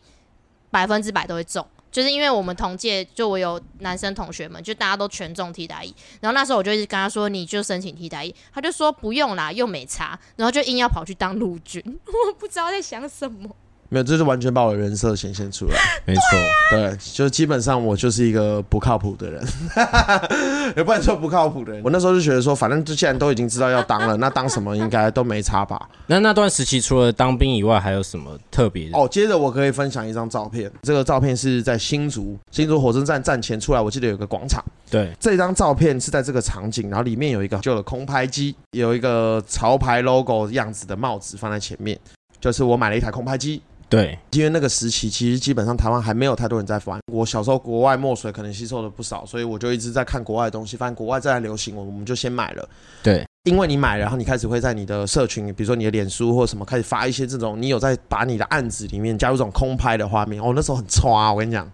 Speaker 3: 百分之百都会中。就是因为我们同届，就我有男生同学们，就大家都全中替代役。然后那时候我就一直跟他说，你就申请替代役，他就说不用啦，又没差，然后就硬要跑去当陆军。 [laughs] 我不知道在想什么。
Speaker 4: 没有，这是完全把我的人设显现出来。
Speaker 2: 没错，
Speaker 4: 对，就基本上我就是一个不靠谱的人， [laughs] 也不能说不靠谱的人。我那时候就觉得说，反正就既然都已经知道要当了，那当什么应该都没差吧。
Speaker 2: 那那段时期除了当兵以外，还有什么特别的？
Speaker 4: 哦，接着我可以分享一张照片，这个照片是在新竹新竹火车站站前出来，我记得有个广场。
Speaker 2: 对，
Speaker 4: 这张照片是在这个场景，然后里面有一个旧的空拍机，有一个潮牌 logo 样子的帽子放在前面，就是我买了一台空拍机。
Speaker 2: 对，
Speaker 4: 因为那个时期，其实基本上台湾还没有太多人在玩。我小时候国外墨水可能吸收了不少，所以我就一直在看国外的东西。发现国外在流行，我们就先买了。
Speaker 2: 对，
Speaker 4: 因为你买了，然后你开始会在你的社群，比如说你的脸书或什么，开始发一些这种，你有在把你的案子里面加入这种空拍的画面。哦，那时候很冲啊，我跟你讲，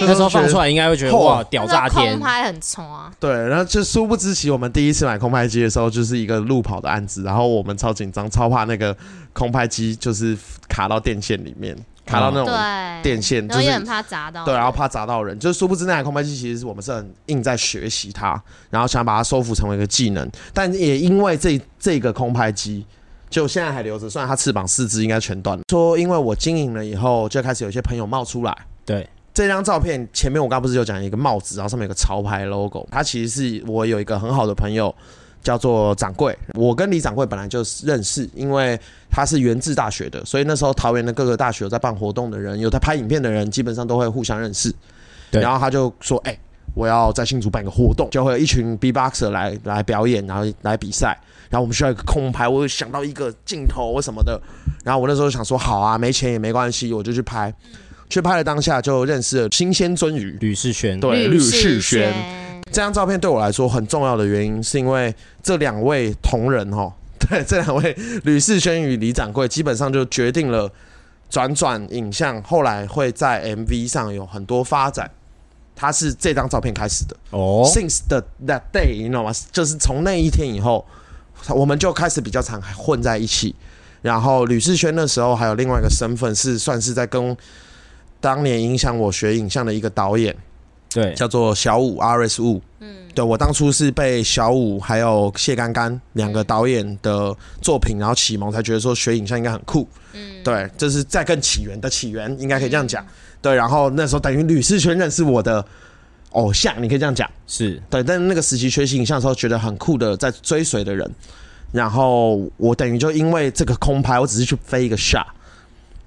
Speaker 2: 那时候放出来应该会觉得
Speaker 4: 后
Speaker 2: 哇，屌炸
Speaker 3: 那个空
Speaker 2: 天！
Speaker 3: 拍很冲啊！
Speaker 4: 对，然后就殊不知，其实我们第一次买空拍机的时候，就是一个路跑的案子，然后我们超紧张，超怕那个空拍机就是卡到电线里面，卡到那种
Speaker 3: 对，啊
Speaker 4: 电线，
Speaker 3: 然
Speaker 4: 就
Speaker 3: 后也
Speaker 4: 是
Speaker 3: 很怕砸到。
Speaker 4: 对，然后怕砸到人，就是殊不知那台空拍机其实是我们是很硬在学习它，然后想把它收服成为一个技能，但也因为这这个空拍机。就现在还留着，虽然它翅膀四肢应该全断了。说因为我经营了以后，就开始有一些朋友冒出来。
Speaker 2: 对，
Speaker 4: 这张照片前面我刚刚不是有讲一个帽子，然后上面有个潮牌 logo，它其实是我有一个很好的朋友叫做掌柜，我跟李掌柜本来就认识，因为他是源自大学的，所以那时候桃园的各个大学有在办活动的人，有在拍影片的人，基本上都会互相认识。
Speaker 2: 对
Speaker 4: 然后他就说：“哎、我要在新竹办一个活动，就会有一群 B-boxer 来来表演，然后来比赛，然后我们需要一个空拍，我有想到一个镜头什么的。然后我那时候想说，好啊，没钱也没关系，我就去拍。去拍的当下就认识了新鲜鳟鱼，
Speaker 2: 吕世轩，
Speaker 4: 对，
Speaker 3: 绿
Speaker 4: 绿世轩。
Speaker 3: 轩，
Speaker 4: 这张照片对我来说很重要的原因，是因为这两位同仁哦， [laughs] 对，这两位吕世轩与李掌柜，基本上就决定了转转影像，后来会在 MV 上有很多发展。它是这张照片开始的、
Speaker 2: 哦，
Speaker 4: s i n c e the that day，你知道吗？就是从那一天以后，我们就开始比较常混在一起。然后吕世轩那时候还有另外一个身份是算是在跟当年影响我学影像的一个导演，
Speaker 2: 对，
Speaker 4: 叫做小五 RS 五。嗯，对我当初是被小五还有谢干干两个导演的作品，然后启蒙，才觉得说学影像应该很酷。嗯，对，这是再更起源的起源，应该可以这样讲。对，然后那时候等于吕世轩认识我的偶像，你可以这样讲。
Speaker 2: 是
Speaker 4: 对，但是那个时期学习影像的时候，觉得很酷的，在追随的人。然后我等于就因为这个空拍，我只是去飞一个 shot。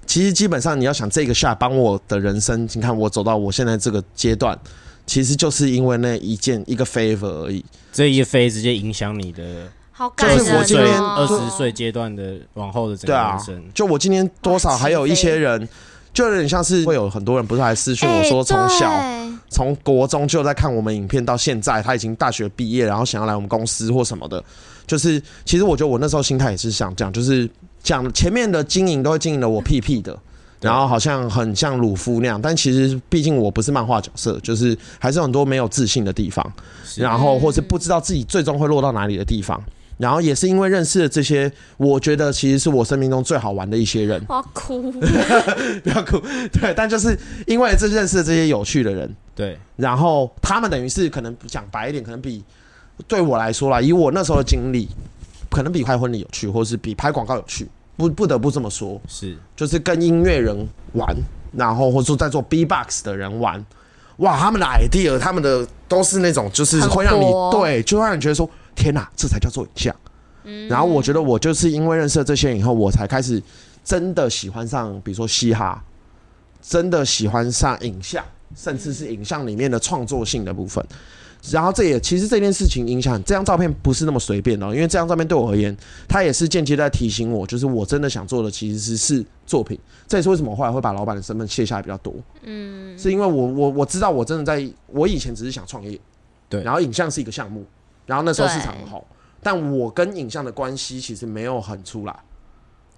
Speaker 4: 其实基本上你要想这个 shot 帮我的人生，你看我走到我现在这个阶段，其实就是因为那一件一个 favor 而已。
Speaker 2: 这一飞直接影响你的
Speaker 3: 好感
Speaker 4: 就是
Speaker 3: 人
Speaker 2: 二
Speaker 3: 哦。哎
Speaker 2: 十
Speaker 4: 我今
Speaker 2: 岁、
Speaker 4: 天
Speaker 2: 二十岁阶段的往后的整个
Speaker 4: 对啊
Speaker 2: 人生，，
Speaker 4: 就我今天多少还有一些人，就有点像是会有很多人不是还私讯我说从小。
Speaker 3: 哎
Speaker 4: [laughs]
Speaker 3: 对
Speaker 4: 从国中就在看我们影片到现在，他已经大学毕业，然后想要来我们公司或什么的，就是其实我觉得我那时候心态也是想这样，就是讲前面的经营都会经营的我屁屁的。
Speaker 2: 对
Speaker 4: 然后好像很像鲁夫那样，但其实毕竟我不是漫画角色，就是还是有很多没有自信的地方，
Speaker 2: 是
Speaker 4: 然后或是不知道自己最终会落到哪里的地方。然后也是因为认识了这些，我觉得其实是我生命中最好玩的一些人。 [laughs]
Speaker 3: 我要哭。
Speaker 4: 嗯不要哭，对，但就是因为这认识了这些有趣的人，
Speaker 2: 对，
Speaker 4: 然后他们等于是可能讲白一点，可能比对我来说啦，以我那时候的经历，可能比拍婚礼有趣，或是比拍广告有趣，不不得不这么说，
Speaker 2: 是
Speaker 4: 就是跟音乐人玩，然后或者说在做 B-box 的人玩，哇，他们的 idea，他们的都是那种就是
Speaker 3: 很
Speaker 4: 会让你
Speaker 3: 多
Speaker 4: 对，就让你觉得说天哪，这才叫做影像。然后我觉得我就是因为认识了这些人以后，我才开始真的喜欢上，比如说嘻哈，真的喜欢上影像，甚至是影像里面的创作性的部分。然后这也其实这件事情影响这张照片不是那么随便的哦，因为这张照片对我而言，它也是间接在提醒我，就是我真的想做的其实是是作品。这也是为什么我后来会把老板的身份卸下来比较多，
Speaker 3: 嗯，
Speaker 4: 是因为我我我知道我真的在，我以前只是想创业，
Speaker 2: 对
Speaker 4: 然后影像是一个项目，然后那时候
Speaker 3: 对
Speaker 4: 市场很好，但我跟影像的关系其实没有很出来，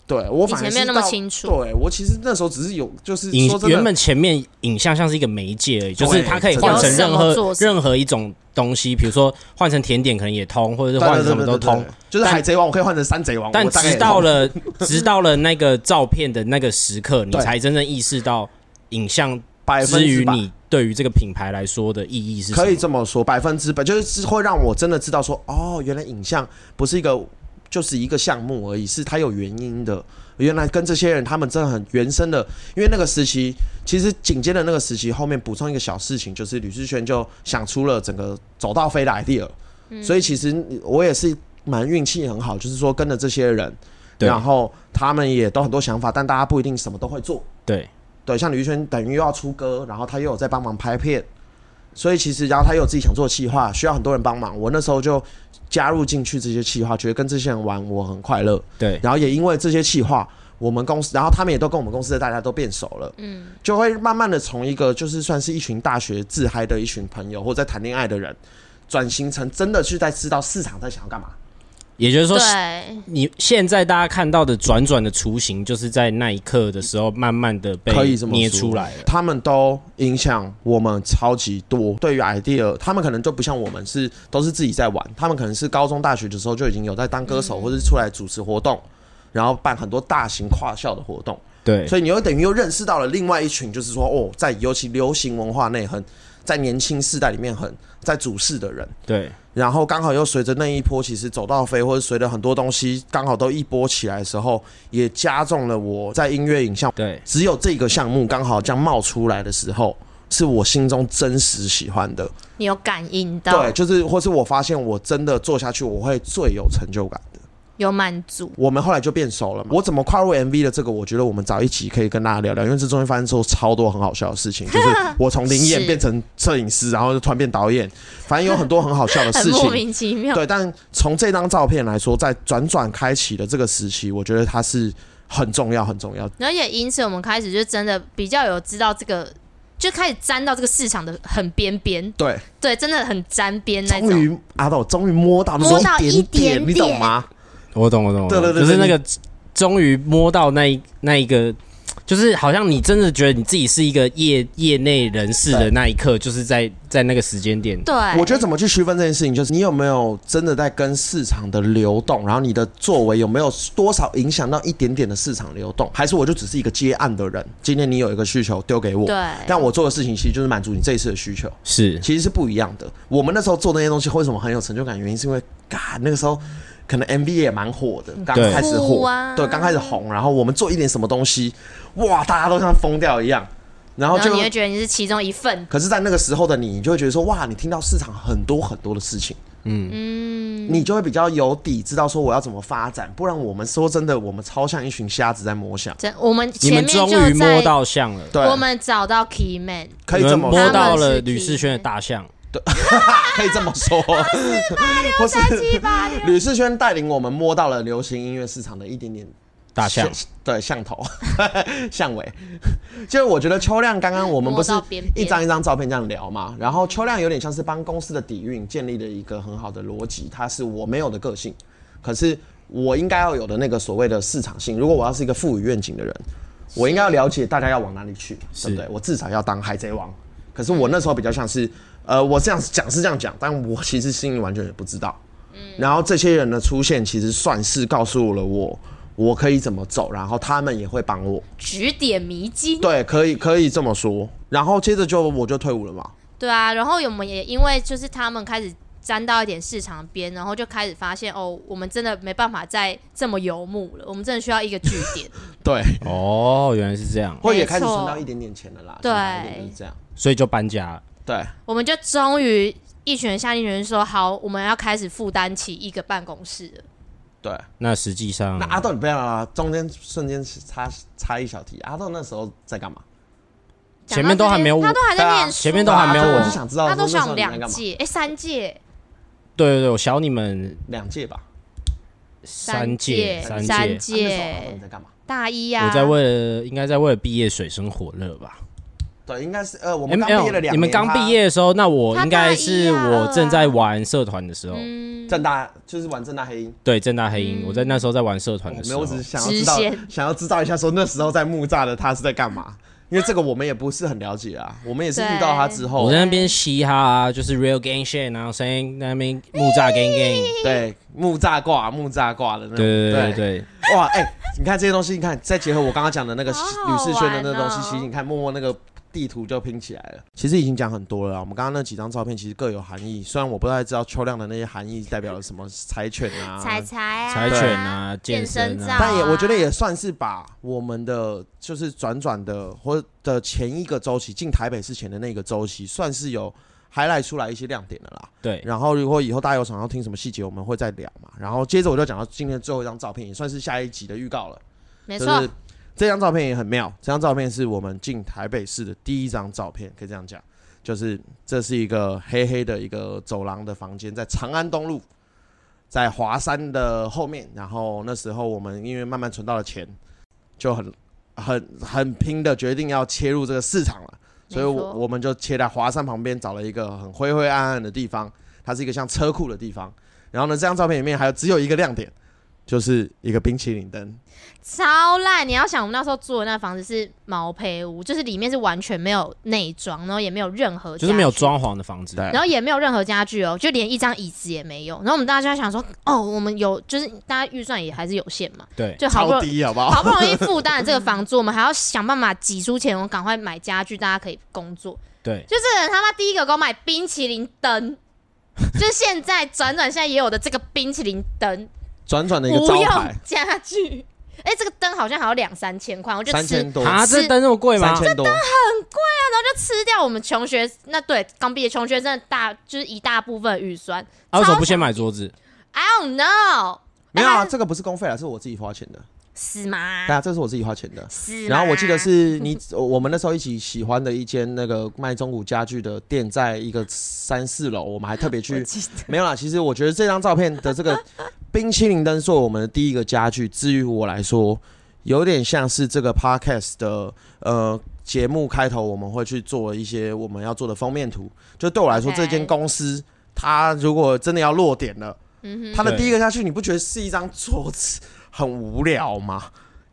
Speaker 4: 对我
Speaker 3: 以
Speaker 4: 反
Speaker 3: 前
Speaker 4: 而是
Speaker 3: 没有那么
Speaker 4: 到
Speaker 3: 清楚
Speaker 4: 对我其实那时候只是有就是
Speaker 2: 影
Speaker 4: 说真的
Speaker 2: 原本前面影像像是一个媒介而已，就是它可以换成
Speaker 3: 有什
Speaker 2: 任
Speaker 3: 么
Speaker 2: 何
Speaker 3: 做什么
Speaker 2: 任何一种东西，比如说换成甜点可能也通，或者是
Speaker 4: 对
Speaker 2: 换成
Speaker 4: 对对
Speaker 2: 什么
Speaker 4: 对
Speaker 2: 都
Speaker 4: 对
Speaker 2: 通
Speaker 4: 对。，就是
Speaker 2: 但
Speaker 4: 海贼王我可以换成山贼王，
Speaker 2: 但
Speaker 4: 我大概
Speaker 2: 直
Speaker 4: 也
Speaker 2: 到
Speaker 4: 通
Speaker 2: 了直到了那个照片的那个时刻，你
Speaker 4: 对
Speaker 2: 才真正意识到影像
Speaker 4: 百分
Speaker 2: 之于
Speaker 4: 之百。
Speaker 2: 你对于这个品牌来说的意义是什
Speaker 4: 可以
Speaker 2: 么。
Speaker 4: 这么说，百分之百就是会让我真的知道说，哦，原来影像不是一个就是一个项目而已，是它有原因的。原来跟这些人他们真的很原生的，因为那个时期，其实紧接着那个时期后面补充一个小事情，就是吕志轩就想出了整个走到飞的 idea，、所
Speaker 2: 嗯
Speaker 4: 以其实我也是蛮运气很好，就是说跟着这些人，
Speaker 2: 对
Speaker 4: 然后他们也都很多想法，但大家不一定什么都会做。
Speaker 2: 对，
Speaker 4: 对，像李宇轩等于又要出歌，然后他又有在帮忙拍片，所以其实然后他又有自己想做企划，需要很多人帮忙。我那时候就加入进去这些企划，觉得跟这些人玩我很快乐，
Speaker 2: 对，
Speaker 4: 然后也因为这些企划。我们公司，然后他们也都跟我们公司的大家都变熟了，嗯，就会慢慢的从一个就是算是一群大学自嗨的一群朋友，或者在谈恋爱的人，转型成真的去在知道市场在想要干嘛。
Speaker 2: 也就是说，
Speaker 3: 对，
Speaker 2: 你现在大家看到的转转的雏形，就是在那一刻的时候，慢慢的被
Speaker 4: 可以这么
Speaker 2: 捏
Speaker 4: 说
Speaker 2: 出来了。
Speaker 4: 他们都影响我们超级多。对于 idea，他们可能就不像我们是都是自己在玩，他们可能是高中、大学的时候就已经有在当歌手，或者是出来主持活动，然后办很多大型跨校的活动，
Speaker 2: 对，
Speaker 4: 所以你又等于又认识到了另外一群，就是说哦，在尤其流行文化内很在年轻世代里面很在主事的人。
Speaker 2: 对，
Speaker 4: 然后刚好又随着那一波，其实走到飞，或者随着很多东西刚好都一波起来的时候，也加重了我在音乐影像
Speaker 2: 对，
Speaker 4: 只有这个项目刚好这样冒出来的时候，是我心中真实喜欢的。
Speaker 3: 你有感应到
Speaker 4: 对，，就是或是我发现我真的做下去，我会最有成就感的。
Speaker 3: 有满足，
Speaker 4: 我们后来就变熟了嘛。我怎么跨入 MV 的这个，我觉得我们早一集可以跟大家聊聊，因为这中间发生出超多很好笑的
Speaker 3: [laughs]
Speaker 4: 事情，就是我从零演
Speaker 3: 是
Speaker 4: 变成摄影师，然后就突然变导演，反正有很多很好笑的
Speaker 3: 很
Speaker 4: 事
Speaker 3: 莫
Speaker 4: 情。
Speaker 3: 名其妙。
Speaker 4: 对，但从这张照片来说，在转转开启的这个时期，我觉得它是很重要、很重要的
Speaker 3: 然后也因此，我们开始就真的比较有知道这个，就开始沾到这个市场的很边边，
Speaker 4: 对，
Speaker 3: 对，真的很沾边那
Speaker 4: 终
Speaker 3: 种。
Speaker 4: 于阿斗终于摸到那
Speaker 3: 摸
Speaker 4: 种
Speaker 3: 到
Speaker 4: 点
Speaker 3: 一
Speaker 4: 点，
Speaker 3: 点
Speaker 4: 你懂
Speaker 3: 点
Speaker 4: 吗？
Speaker 2: 我懂，我懂，我
Speaker 4: 对
Speaker 2: 懂
Speaker 4: 对对
Speaker 2: 就是那
Speaker 4: 对
Speaker 2: 个终于摸到那一那一个，就是好像你真的觉得你自己是一个业业内人士的
Speaker 4: 对
Speaker 2: 那一刻，就是在在那个时间点，
Speaker 3: 对，
Speaker 4: 我觉得怎么去区分这件事情，就是你有没有真的在跟市场的流动，然后你的作为有没有多少影响到一点点的市场流动，还是我就只是一个接案的人？今天你有一个需求丢给我，
Speaker 3: 对，
Speaker 4: 但我做的事情其实就是满足你这一次的需求，
Speaker 2: 是
Speaker 4: 其实是不一样的。我们那时候做那些东西，为什么很有成就感？原因是因为，嘎，那个时候可能 MV 也蛮火的，刚
Speaker 2: 对
Speaker 4: 开始
Speaker 3: 酷
Speaker 4: 火，
Speaker 3: 啊
Speaker 4: 对，刚开始红，然后我们做一点什么东西，哇，大家都像疯掉一样，然后
Speaker 3: 然
Speaker 4: 就
Speaker 3: 后你会觉得你是其中一份，
Speaker 4: 可是，在那个时候的你，你就会觉得说，哇，你听到市场很多很多的事情，嗯你就会比较有底，知道说我要怎么发展。不然，我们说真的，我们超像一群瞎子在摸象。
Speaker 3: 真我们
Speaker 2: 你
Speaker 3: 前
Speaker 2: 们
Speaker 3: 面
Speaker 2: 终
Speaker 3: 就
Speaker 2: 于摸
Speaker 3: 在
Speaker 2: 到象了，
Speaker 4: 对，
Speaker 3: 我们找到 key man，
Speaker 4: 可以
Speaker 2: 你
Speaker 4: 这
Speaker 2: 们
Speaker 4: 么
Speaker 2: 摸
Speaker 4: 说，
Speaker 3: 他
Speaker 2: 到了
Speaker 3: 们是
Speaker 2: 吕世轩的大象，
Speaker 4: [laughs] [laughs] 可以这么说，不是吕世轩带领我们摸到了流行音乐市场的一点点
Speaker 2: 大象，
Speaker 4: 像对象头 [laughs] 象尾，就是我觉得秋亮刚刚我们不是
Speaker 3: 摸到边边
Speaker 4: 一张一张照片这样聊嘛，然后秋亮有点像是帮公司的底蕴建立了一个很好的逻辑，它是我没有的个性，可是我应该要有的那个所谓的市场性。如果我要是一个赋予愿景的人，我应该要了解大家要往哪里去，对不对？我至少要当海贼王。可是我那时候比较像是，呃，我这样讲是这样讲，但我其实心里完全也不知道。
Speaker 3: 嗯
Speaker 4: 然后这些人的出现，其实算是告诉了我我可以怎么走，然后他们也会帮我。
Speaker 3: 指点迷津。
Speaker 4: 对，可以可以这么说。然后接着就我就退伍了嘛。
Speaker 3: 对啊，然后我们也因为就是他们开始沾到一点市场边，然后就开始发现哦，我们真的没办法再这么游牧了，我们真的需要一个据
Speaker 4: [laughs]
Speaker 3: 点。
Speaker 4: 对，
Speaker 2: 哦，原来是这样，
Speaker 4: 或也开始
Speaker 3: 没错
Speaker 4: 存到一点点钱了啦。
Speaker 3: 对
Speaker 4: 讲白一点就是这样。
Speaker 2: 所以就搬家了，
Speaker 4: 对，
Speaker 3: 我们就终于一群人下定决心说，好，我们要开始负担起一个办公室了。
Speaker 4: 对。
Speaker 2: 那实际上
Speaker 4: 那阿豆，你不要啦，中间瞬间插插一小题。阿豆那时候在干嘛？
Speaker 3: 讲
Speaker 2: 前
Speaker 3: 到
Speaker 2: 面都
Speaker 3: 这
Speaker 2: 还
Speaker 3: 边
Speaker 2: 没有
Speaker 3: 他
Speaker 2: 我
Speaker 3: 都还
Speaker 4: 对
Speaker 3: 在
Speaker 4: 啊
Speaker 3: 念书啊，
Speaker 2: 前面都还没有
Speaker 4: 我
Speaker 2: 我
Speaker 4: 就想知道
Speaker 3: 他都
Speaker 4: 说那时
Speaker 3: 上
Speaker 4: 候你们
Speaker 3: 两
Speaker 4: 在干嘛
Speaker 3: 届，哎，三届，
Speaker 2: 对对对，我小你们
Speaker 4: 两届吧。
Speaker 2: 三届，
Speaker 3: 三
Speaker 2: 届，
Speaker 4: 啊那时候
Speaker 3: 届
Speaker 4: 你，在干嘛？
Speaker 3: 大一啊，
Speaker 2: 我在为了应该在为了毕业水深火热吧。
Speaker 4: 对，应该是呃，我
Speaker 2: 哎
Speaker 4: 们
Speaker 2: 没
Speaker 4: 刚毕业
Speaker 2: 有
Speaker 4: 了两年，
Speaker 2: 你们刚毕业的时候，那我
Speaker 3: 他
Speaker 2: 应
Speaker 3: 大
Speaker 2: 该
Speaker 3: 一
Speaker 2: 是
Speaker 3: 啊
Speaker 2: 我
Speaker 3: 二
Speaker 2: 正
Speaker 3: 啊
Speaker 2: 在玩社团的时候，
Speaker 4: 他
Speaker 3: 嗯，
Speaker 4: 正大就是玩正大黑鹰，
Speaker 2: 对，正大黑鹰，我在那时候在玩社团
Speaker 4: 我
Speaker 2: 的
Speaker 4: 没
Speaker 2: 时
Speaker 4: 有，
Speaker 2: 候
Speaker 4: 我，只是想要知
Speaker 3: 直
Speaker 4: 道，
Speaker 3: 线
Speaker 4: 想要知道一下说那时候在木栅的他是在干嘛，因为这个我们也不是很了解啊，我们也是遇到他之后
Speaker 2: 我，在那边嘻哈啊，就是 real gang shit，然后声音那边木栅 gang gang，
Speaker 4: 对木栅挂木栅挂的那种，
Speaker 2: 对对对
Speaker 4: 对
Speaker 2: 对，
Speaker 4: [laughs] 哇，哎、你看这些东西，你看再结合我刚刚讲的那个
Speaker 3: 好好
Speaker 4: 吕世轩的那个东西，
Speaker 3: 玩哦
Speaker 4: 其实你看默默那个地图就拼起来了。其实已经讲很多了啦，我们刚刚那几张照片其实各有含义，虽然我不太知道秋亮的那些含义代表了什么柴犬啊，
Speaker 3: 柴柴啊，
Speaker 2: 柴犬啊健
Speaker 3: 健
Speaker 2: 身啊
Speaker 3: 照啊，
Speaker 4: 但也我觉得也算是把我们的就是转转的或的前一个周期进台北市前的那个周期，算是有 highlight 出来一些亮点的啦。
Speaker 2: 对，
Speaker 4: 然后如果以后大家有想要听什么细节，我们会再聊嘛。然后接着我就讲到今天的最后一张照片，也算是下一集的预告了。
Speaker 3: 没
Speaker 4: 就
Speaker 3: 错
Speaker 4: 是，这张照片也很妙，这张照片是我们进台北市的第一张照片，可以这样讲，就是这是一个黑黑的一个走廊的房间，在长安东路，在华山的后面。然后那时候我们因为慢慢存到了钱，就很很很拼的决定要切入这个市场了，所以
Speaker 3: 没
Speaker 4: 我
Speaker 3: 错
Speaker 4: 我们就切在华山旁边找了一个很灰灰暗暗的地方，它是一个像车库的地方。然后呢，这张照片里面还有只有一个亮点，就是一个冰淇淋灯。
Speaker 3: 超烂。你要想，我们那时候住的那房子是毛坯屋，就是里面是完全没有内装，然后也没有任何，
Speaker 2: 就是没有。装潢的房子，
Speaker 4: 对
Speaker 3: 然后也没有任何家具哦，就连一张椅子也没有。然后我们大家就在想说，哦，我们有，就是大家预算也还是有限嘛，
Speaker 2: 对，
Speaker 3: 就好不
Speaker 4: [laughs] 超
Speaker 3: 容易
Speaker 4: 低，好不好？
Speaker 3: 好不容易负担了这个房租，我们还要想办法挤出钱，我们赶快买家具，大家可以工作。
Speaker 2: 对，
Speaker 3: 就这个人他妈第一个给我买冰淇淋
Speaker 4: [laughs]
Speaker 3: 灯，就是现在转转现在也有的这个冰淇淋灯，
Speaker 4: 转转的一个
Speaker 3: 无
Speaker 4: 招
Speaker 3: 用
Speaker 4: 牌，
Speaker 3: 家具。哎、这个灯好像还要两三千块，我就
Speaker 4: 三
Speaker 3: 吃，
Speaker 4: 千多，
Speaker 2: 啊，这
Speaker 3: 是
Speaker 2: 灯那么贵
Speaker 4: 三
Speaker 2: 吗？
Speaker 4: 千多，
Speaker 3: 就吃掉我们穷学那对刚毕业穷学生的大就是一大部分预算。
Speaker 2: 啊，为什么不
Speaker 3: 超
Speaker 2: 先买桌子？
Speaker 3: I don't know，
Speaker 4: 没有啊，这个不是公费啊，是我自己花钱的。
Speaker 3: 是吗
Speaker 4: 对？啊，这是我自己花钱的。
Speaker 3: 是吗。
Speaker 4: 然后我记得是你，我我们那时候一起喜欢的一间那个卖中古家具的店，在一个三四楼，我们还特别
Speaker 3: [laughs] 我
Speaker 4: 去。
Speaker 3: 记得
Speaker 4: [laughs] 没有啦，其实我觉得这张照片的
Speaker 3: [laughs]
Speaker 4: 这个冰淇淋灯做我们的第一个家具，至于我来说，有点像是这个 podcast 的呃节目开头我们会去做一些我们要做的封面图。就对我来说
Speaker 3: OK
Speaker 4: 这间公司它如果真的要落点了，
Speaker 3: 嗯
Speaker 4: 它的
Speaker 2: 对
Speaker 4: 第一个家具，你不觉得是一张桌子很无聊吗？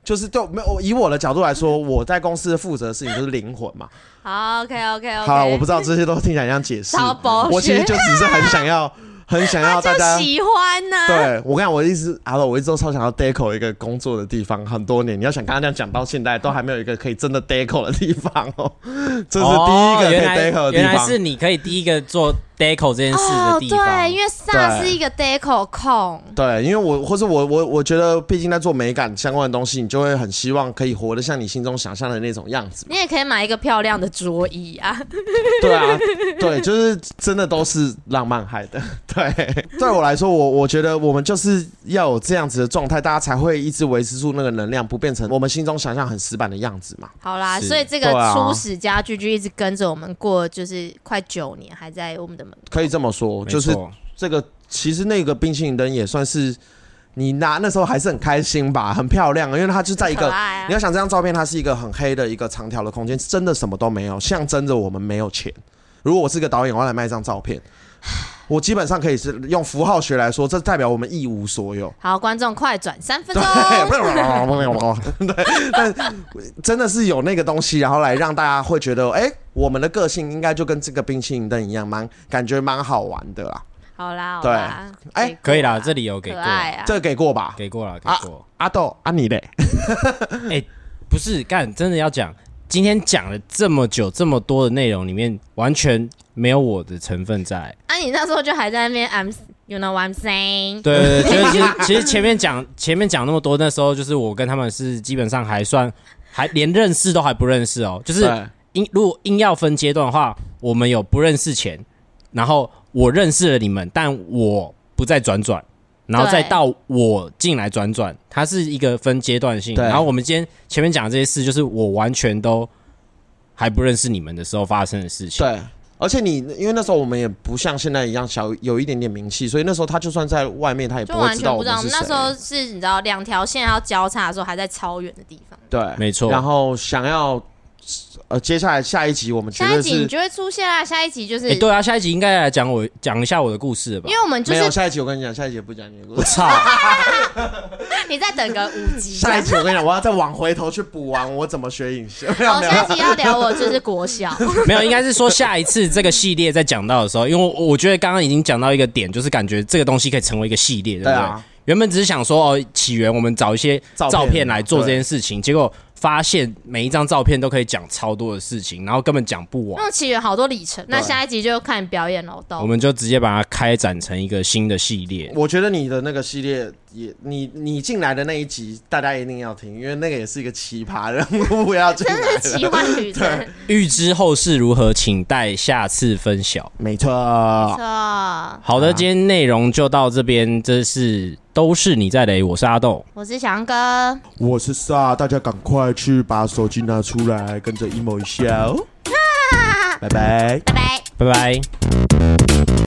Speaker 4: 就是对，没有以我的角度来说，我在公司负责的事情就是灵魂嘛。
Speaker 3: 哼，好 OK OK OK，
Speaker 4: 好啦，我不知道这些都听起来像解释
Speaker 3: 超，剥削
Speaker 4: 我其实就只是很想
Speaker 2: [laughs]
Speaker 4: 要，很想要大家
Speaker 3: 就喜欢呐、
Speaker 4: 对我跟你讲，我一直啊，我一直都超想要 deco 一个工作的地方，很多年。你要想刚刚这样讲到现在，都还没有一个可以真的 deco 的地方哦。这是
Speaker 2: 哦
Speaker 4: 第一个可
Speaker 2: 原
Speaker 4: 以
Speaker 2: 来
Speaker 4: deco 的地
Speaker 2: 原来
Speaker 4: 方。
Speaker 2: 是你可以第一个做 deco 这件事
Speaker 3: 哦
Speaker 2: 的，地
Speaker 3: 对，
Speaker 2: 方
Speaker 3: 因，为 Sara
Speaker 4: 对
Speaker 3: 是一个 deco 控，
Speaker 4: 对，因为我或是我我我觉得，毕竟在做美感相关的东西，你就会很希望可以活得像你心中想象的那种样子嘛。
Speaker 3: 你也可以买一个漂亮的桌椅啊。
Speaker 4: [laughs] 对啊，对，就是真的都是浪漫害的。对，对我来说，我我觉得我们就是要有这样子的状态，大家才会一直维持住那个能量，不变成我们心中想象很死板的样子嘛。
Speaker 3: 好啦，
Speaker 2: 是
Speaker 3: 所以这个
Speaker 4: 对啊
Speaker 3: 初始家具就一直跟着我们过，就是快九年，还在我们的门。
Speaker 4: 可以这么说，
Speaker 2: 没
Speaker 4: 就是
Speaker 2: 错
Speaker 4: 这个其实那个冰淇淋灯也算是你拿那时候还是很开心吧，很漂亮，啊因为它就在一
Speaker 3: 可
Speaker 4: 个。
Speaker 3: 爱啊
Speaker 4: 你要想这张照片，它是一个很黑的一个长条的空间，真的什么都没有，象征着我们没有钱。如果我是个导演，我要来卖一张
Speaker 3: [laughs]
Speaker 4: 照片，我基本上可以是用符号学来说，这代表我们一无所有。
Speaker 3: 好，观众快转三分
Speaker 4: 对
Speaker 3: 钟。，
Speaker 4: [laughs] 对，但真的是有那个东西，然后来让大家会觉得，哎、我们的个性应该就跟这个冰淇淋灯一样，蛮感觉蛮好玩的啦。
Speaker 3: 好啦，好啦，
Speaker 4: 哎
Speaker 3: 过
Speaker 2: 可以啦，
Speaker 3: 啦
Speaker 2: 这里有给
Speaker 3: 可
Speaker 2: 过，
Speaker 3: 爱啊，
Speaker 4: 这个给过吧？
Speaker 2: 给过了，给
Speaker 4: 啊
Speaker 2: 过。
Speaker 4: 阿豆，阿、你嘞？
Speaker 2: 不是干，真的要讲，今天讲了这么久这么多的内容里面，完全没有我的成分在。
Speaker 3: 啊，你那时候就还在那边，I'm you know what I'm saying。
Speaker 2: 对对 [laughs] 对，就是其实其实前面讲前面讲那么多，那时候就是我跟他们是基本上还算还连认识都还不认识哦，就是
Speaker 4: 对
Speaker 2: 硬如果硬要分阶段的话，我们有不认识前，然后我认识了你们，但我不再转转，然后再
Speaker 3: 对
Speaker 2: 到我进来转转，它是一个分阶段性。
Speaker 4: 对
Speaker 2: 然后我们今天前面讲的这些事，就是我完全都还不认识你们的时候发生的事情。
Speaker 4: 对，而且你因为那时候我们也不像现在一样小有一点点名气，所以那时候他就算在外面，他也不
Speaker 3: 就
Speaker 4: 会
Speaker 3: 完
Speaker 4: 知
Speaker 3: 全
Speaker 4: 道
Speaker 3: 不
Speaker 4: 我
Speaker 3: 知道。
Speaker 4: 们
Speaker 3: 我
Speaker 4: 是
Speaker 3: 们那
Speaker 4: 谁。
Speaker 3: 时候是你知道两条线要交叉的时候，还在超远的地方。
Speaker 4: 对，
Speaker 2: 没错
Speaker 4: 然后想要呃，接下来下一集我们绝
Speaker 3: 下一
Speaker 4: 对
Speaker 3: 集你
Speaker 4: 是
Speaker 3: 就会出现啦，下一集就是、
Speaker 2: 哎、对啊，下一集应该来讲我讲一下我的故事了吧
Speaker 3: 因？为我们就
Speaker 4: 没有
Speaker 3: 是
Speaker 4: 下一集，我跟你讲，下一集也不讲你的故
Speaker 3: [laughs]
Speaker 2: 我
Speaker 4: 事。
Speaker 2: 操！
Speaker 3: 你再等个五集这
Speaker 4: [laughs] 下一
Speaker 3: 样。
Speaker 4: 集我跟你讲，我要再往回头去补完我怎么学
Speaker 3: [laughs]
Speaker 4: 影视。没有
Speaker 3: 哦，
Speaker 4: 没有
Speaker 3: 下一集要聊我就是国
Speaker 4: [laughs]
Speaker 3: 小，
Speaker 2: 没有，应该是说下一次这个系列在讲到的时候，因为我我觉得刚刚已经讲到一个点，就是感觉这个东西可以成为一个系列，对不对？
Speaker 4: 对啊，
Speaker 2: 原本只是想说哦，起源我们找一些
Speaker 4: 照片啊
Speaker 2: 照片来做这
Speaker 4: 对
Speaker 2: 件事情，结果发现每一张照片都可以讲超多的事情，然后根本讲不完。
Speaker 3: 那起源好多里程。那下一集就看你表演喽，
Speaker 2: 我
Speaker 3: 都。
Speaker 2: 们就直接把它开展成一个新的系列。
Speaker 4: 我觉得你的那个系列也，你你进来的那一集，大家一定要听，因为那个也是一个奇葩 [laughs] 人物要进
Speaker 3: 真
Speaker 4: 来
Speaker 3: 的
Speaker 4: 了。
Speaker 3: 是奇幻旅程，
Speaker 2: 预知后事如何，请待下次分晓。
Speaker 4: 没错，
Speaker 3: 错。
Speaker 2: 好
Speaker 4: 啊
Speaker 2: 的，今天内容就到这边，这是都是你在雷，我是阿豆，
Speaker 3: 我是翔哥，
Speaker 4: 我是萨，大家赶快去把手机拿出来，跟着 emo 一下哦。拜拜。
Speaker 3: 拜拜。
Speaker 2: 拜拜。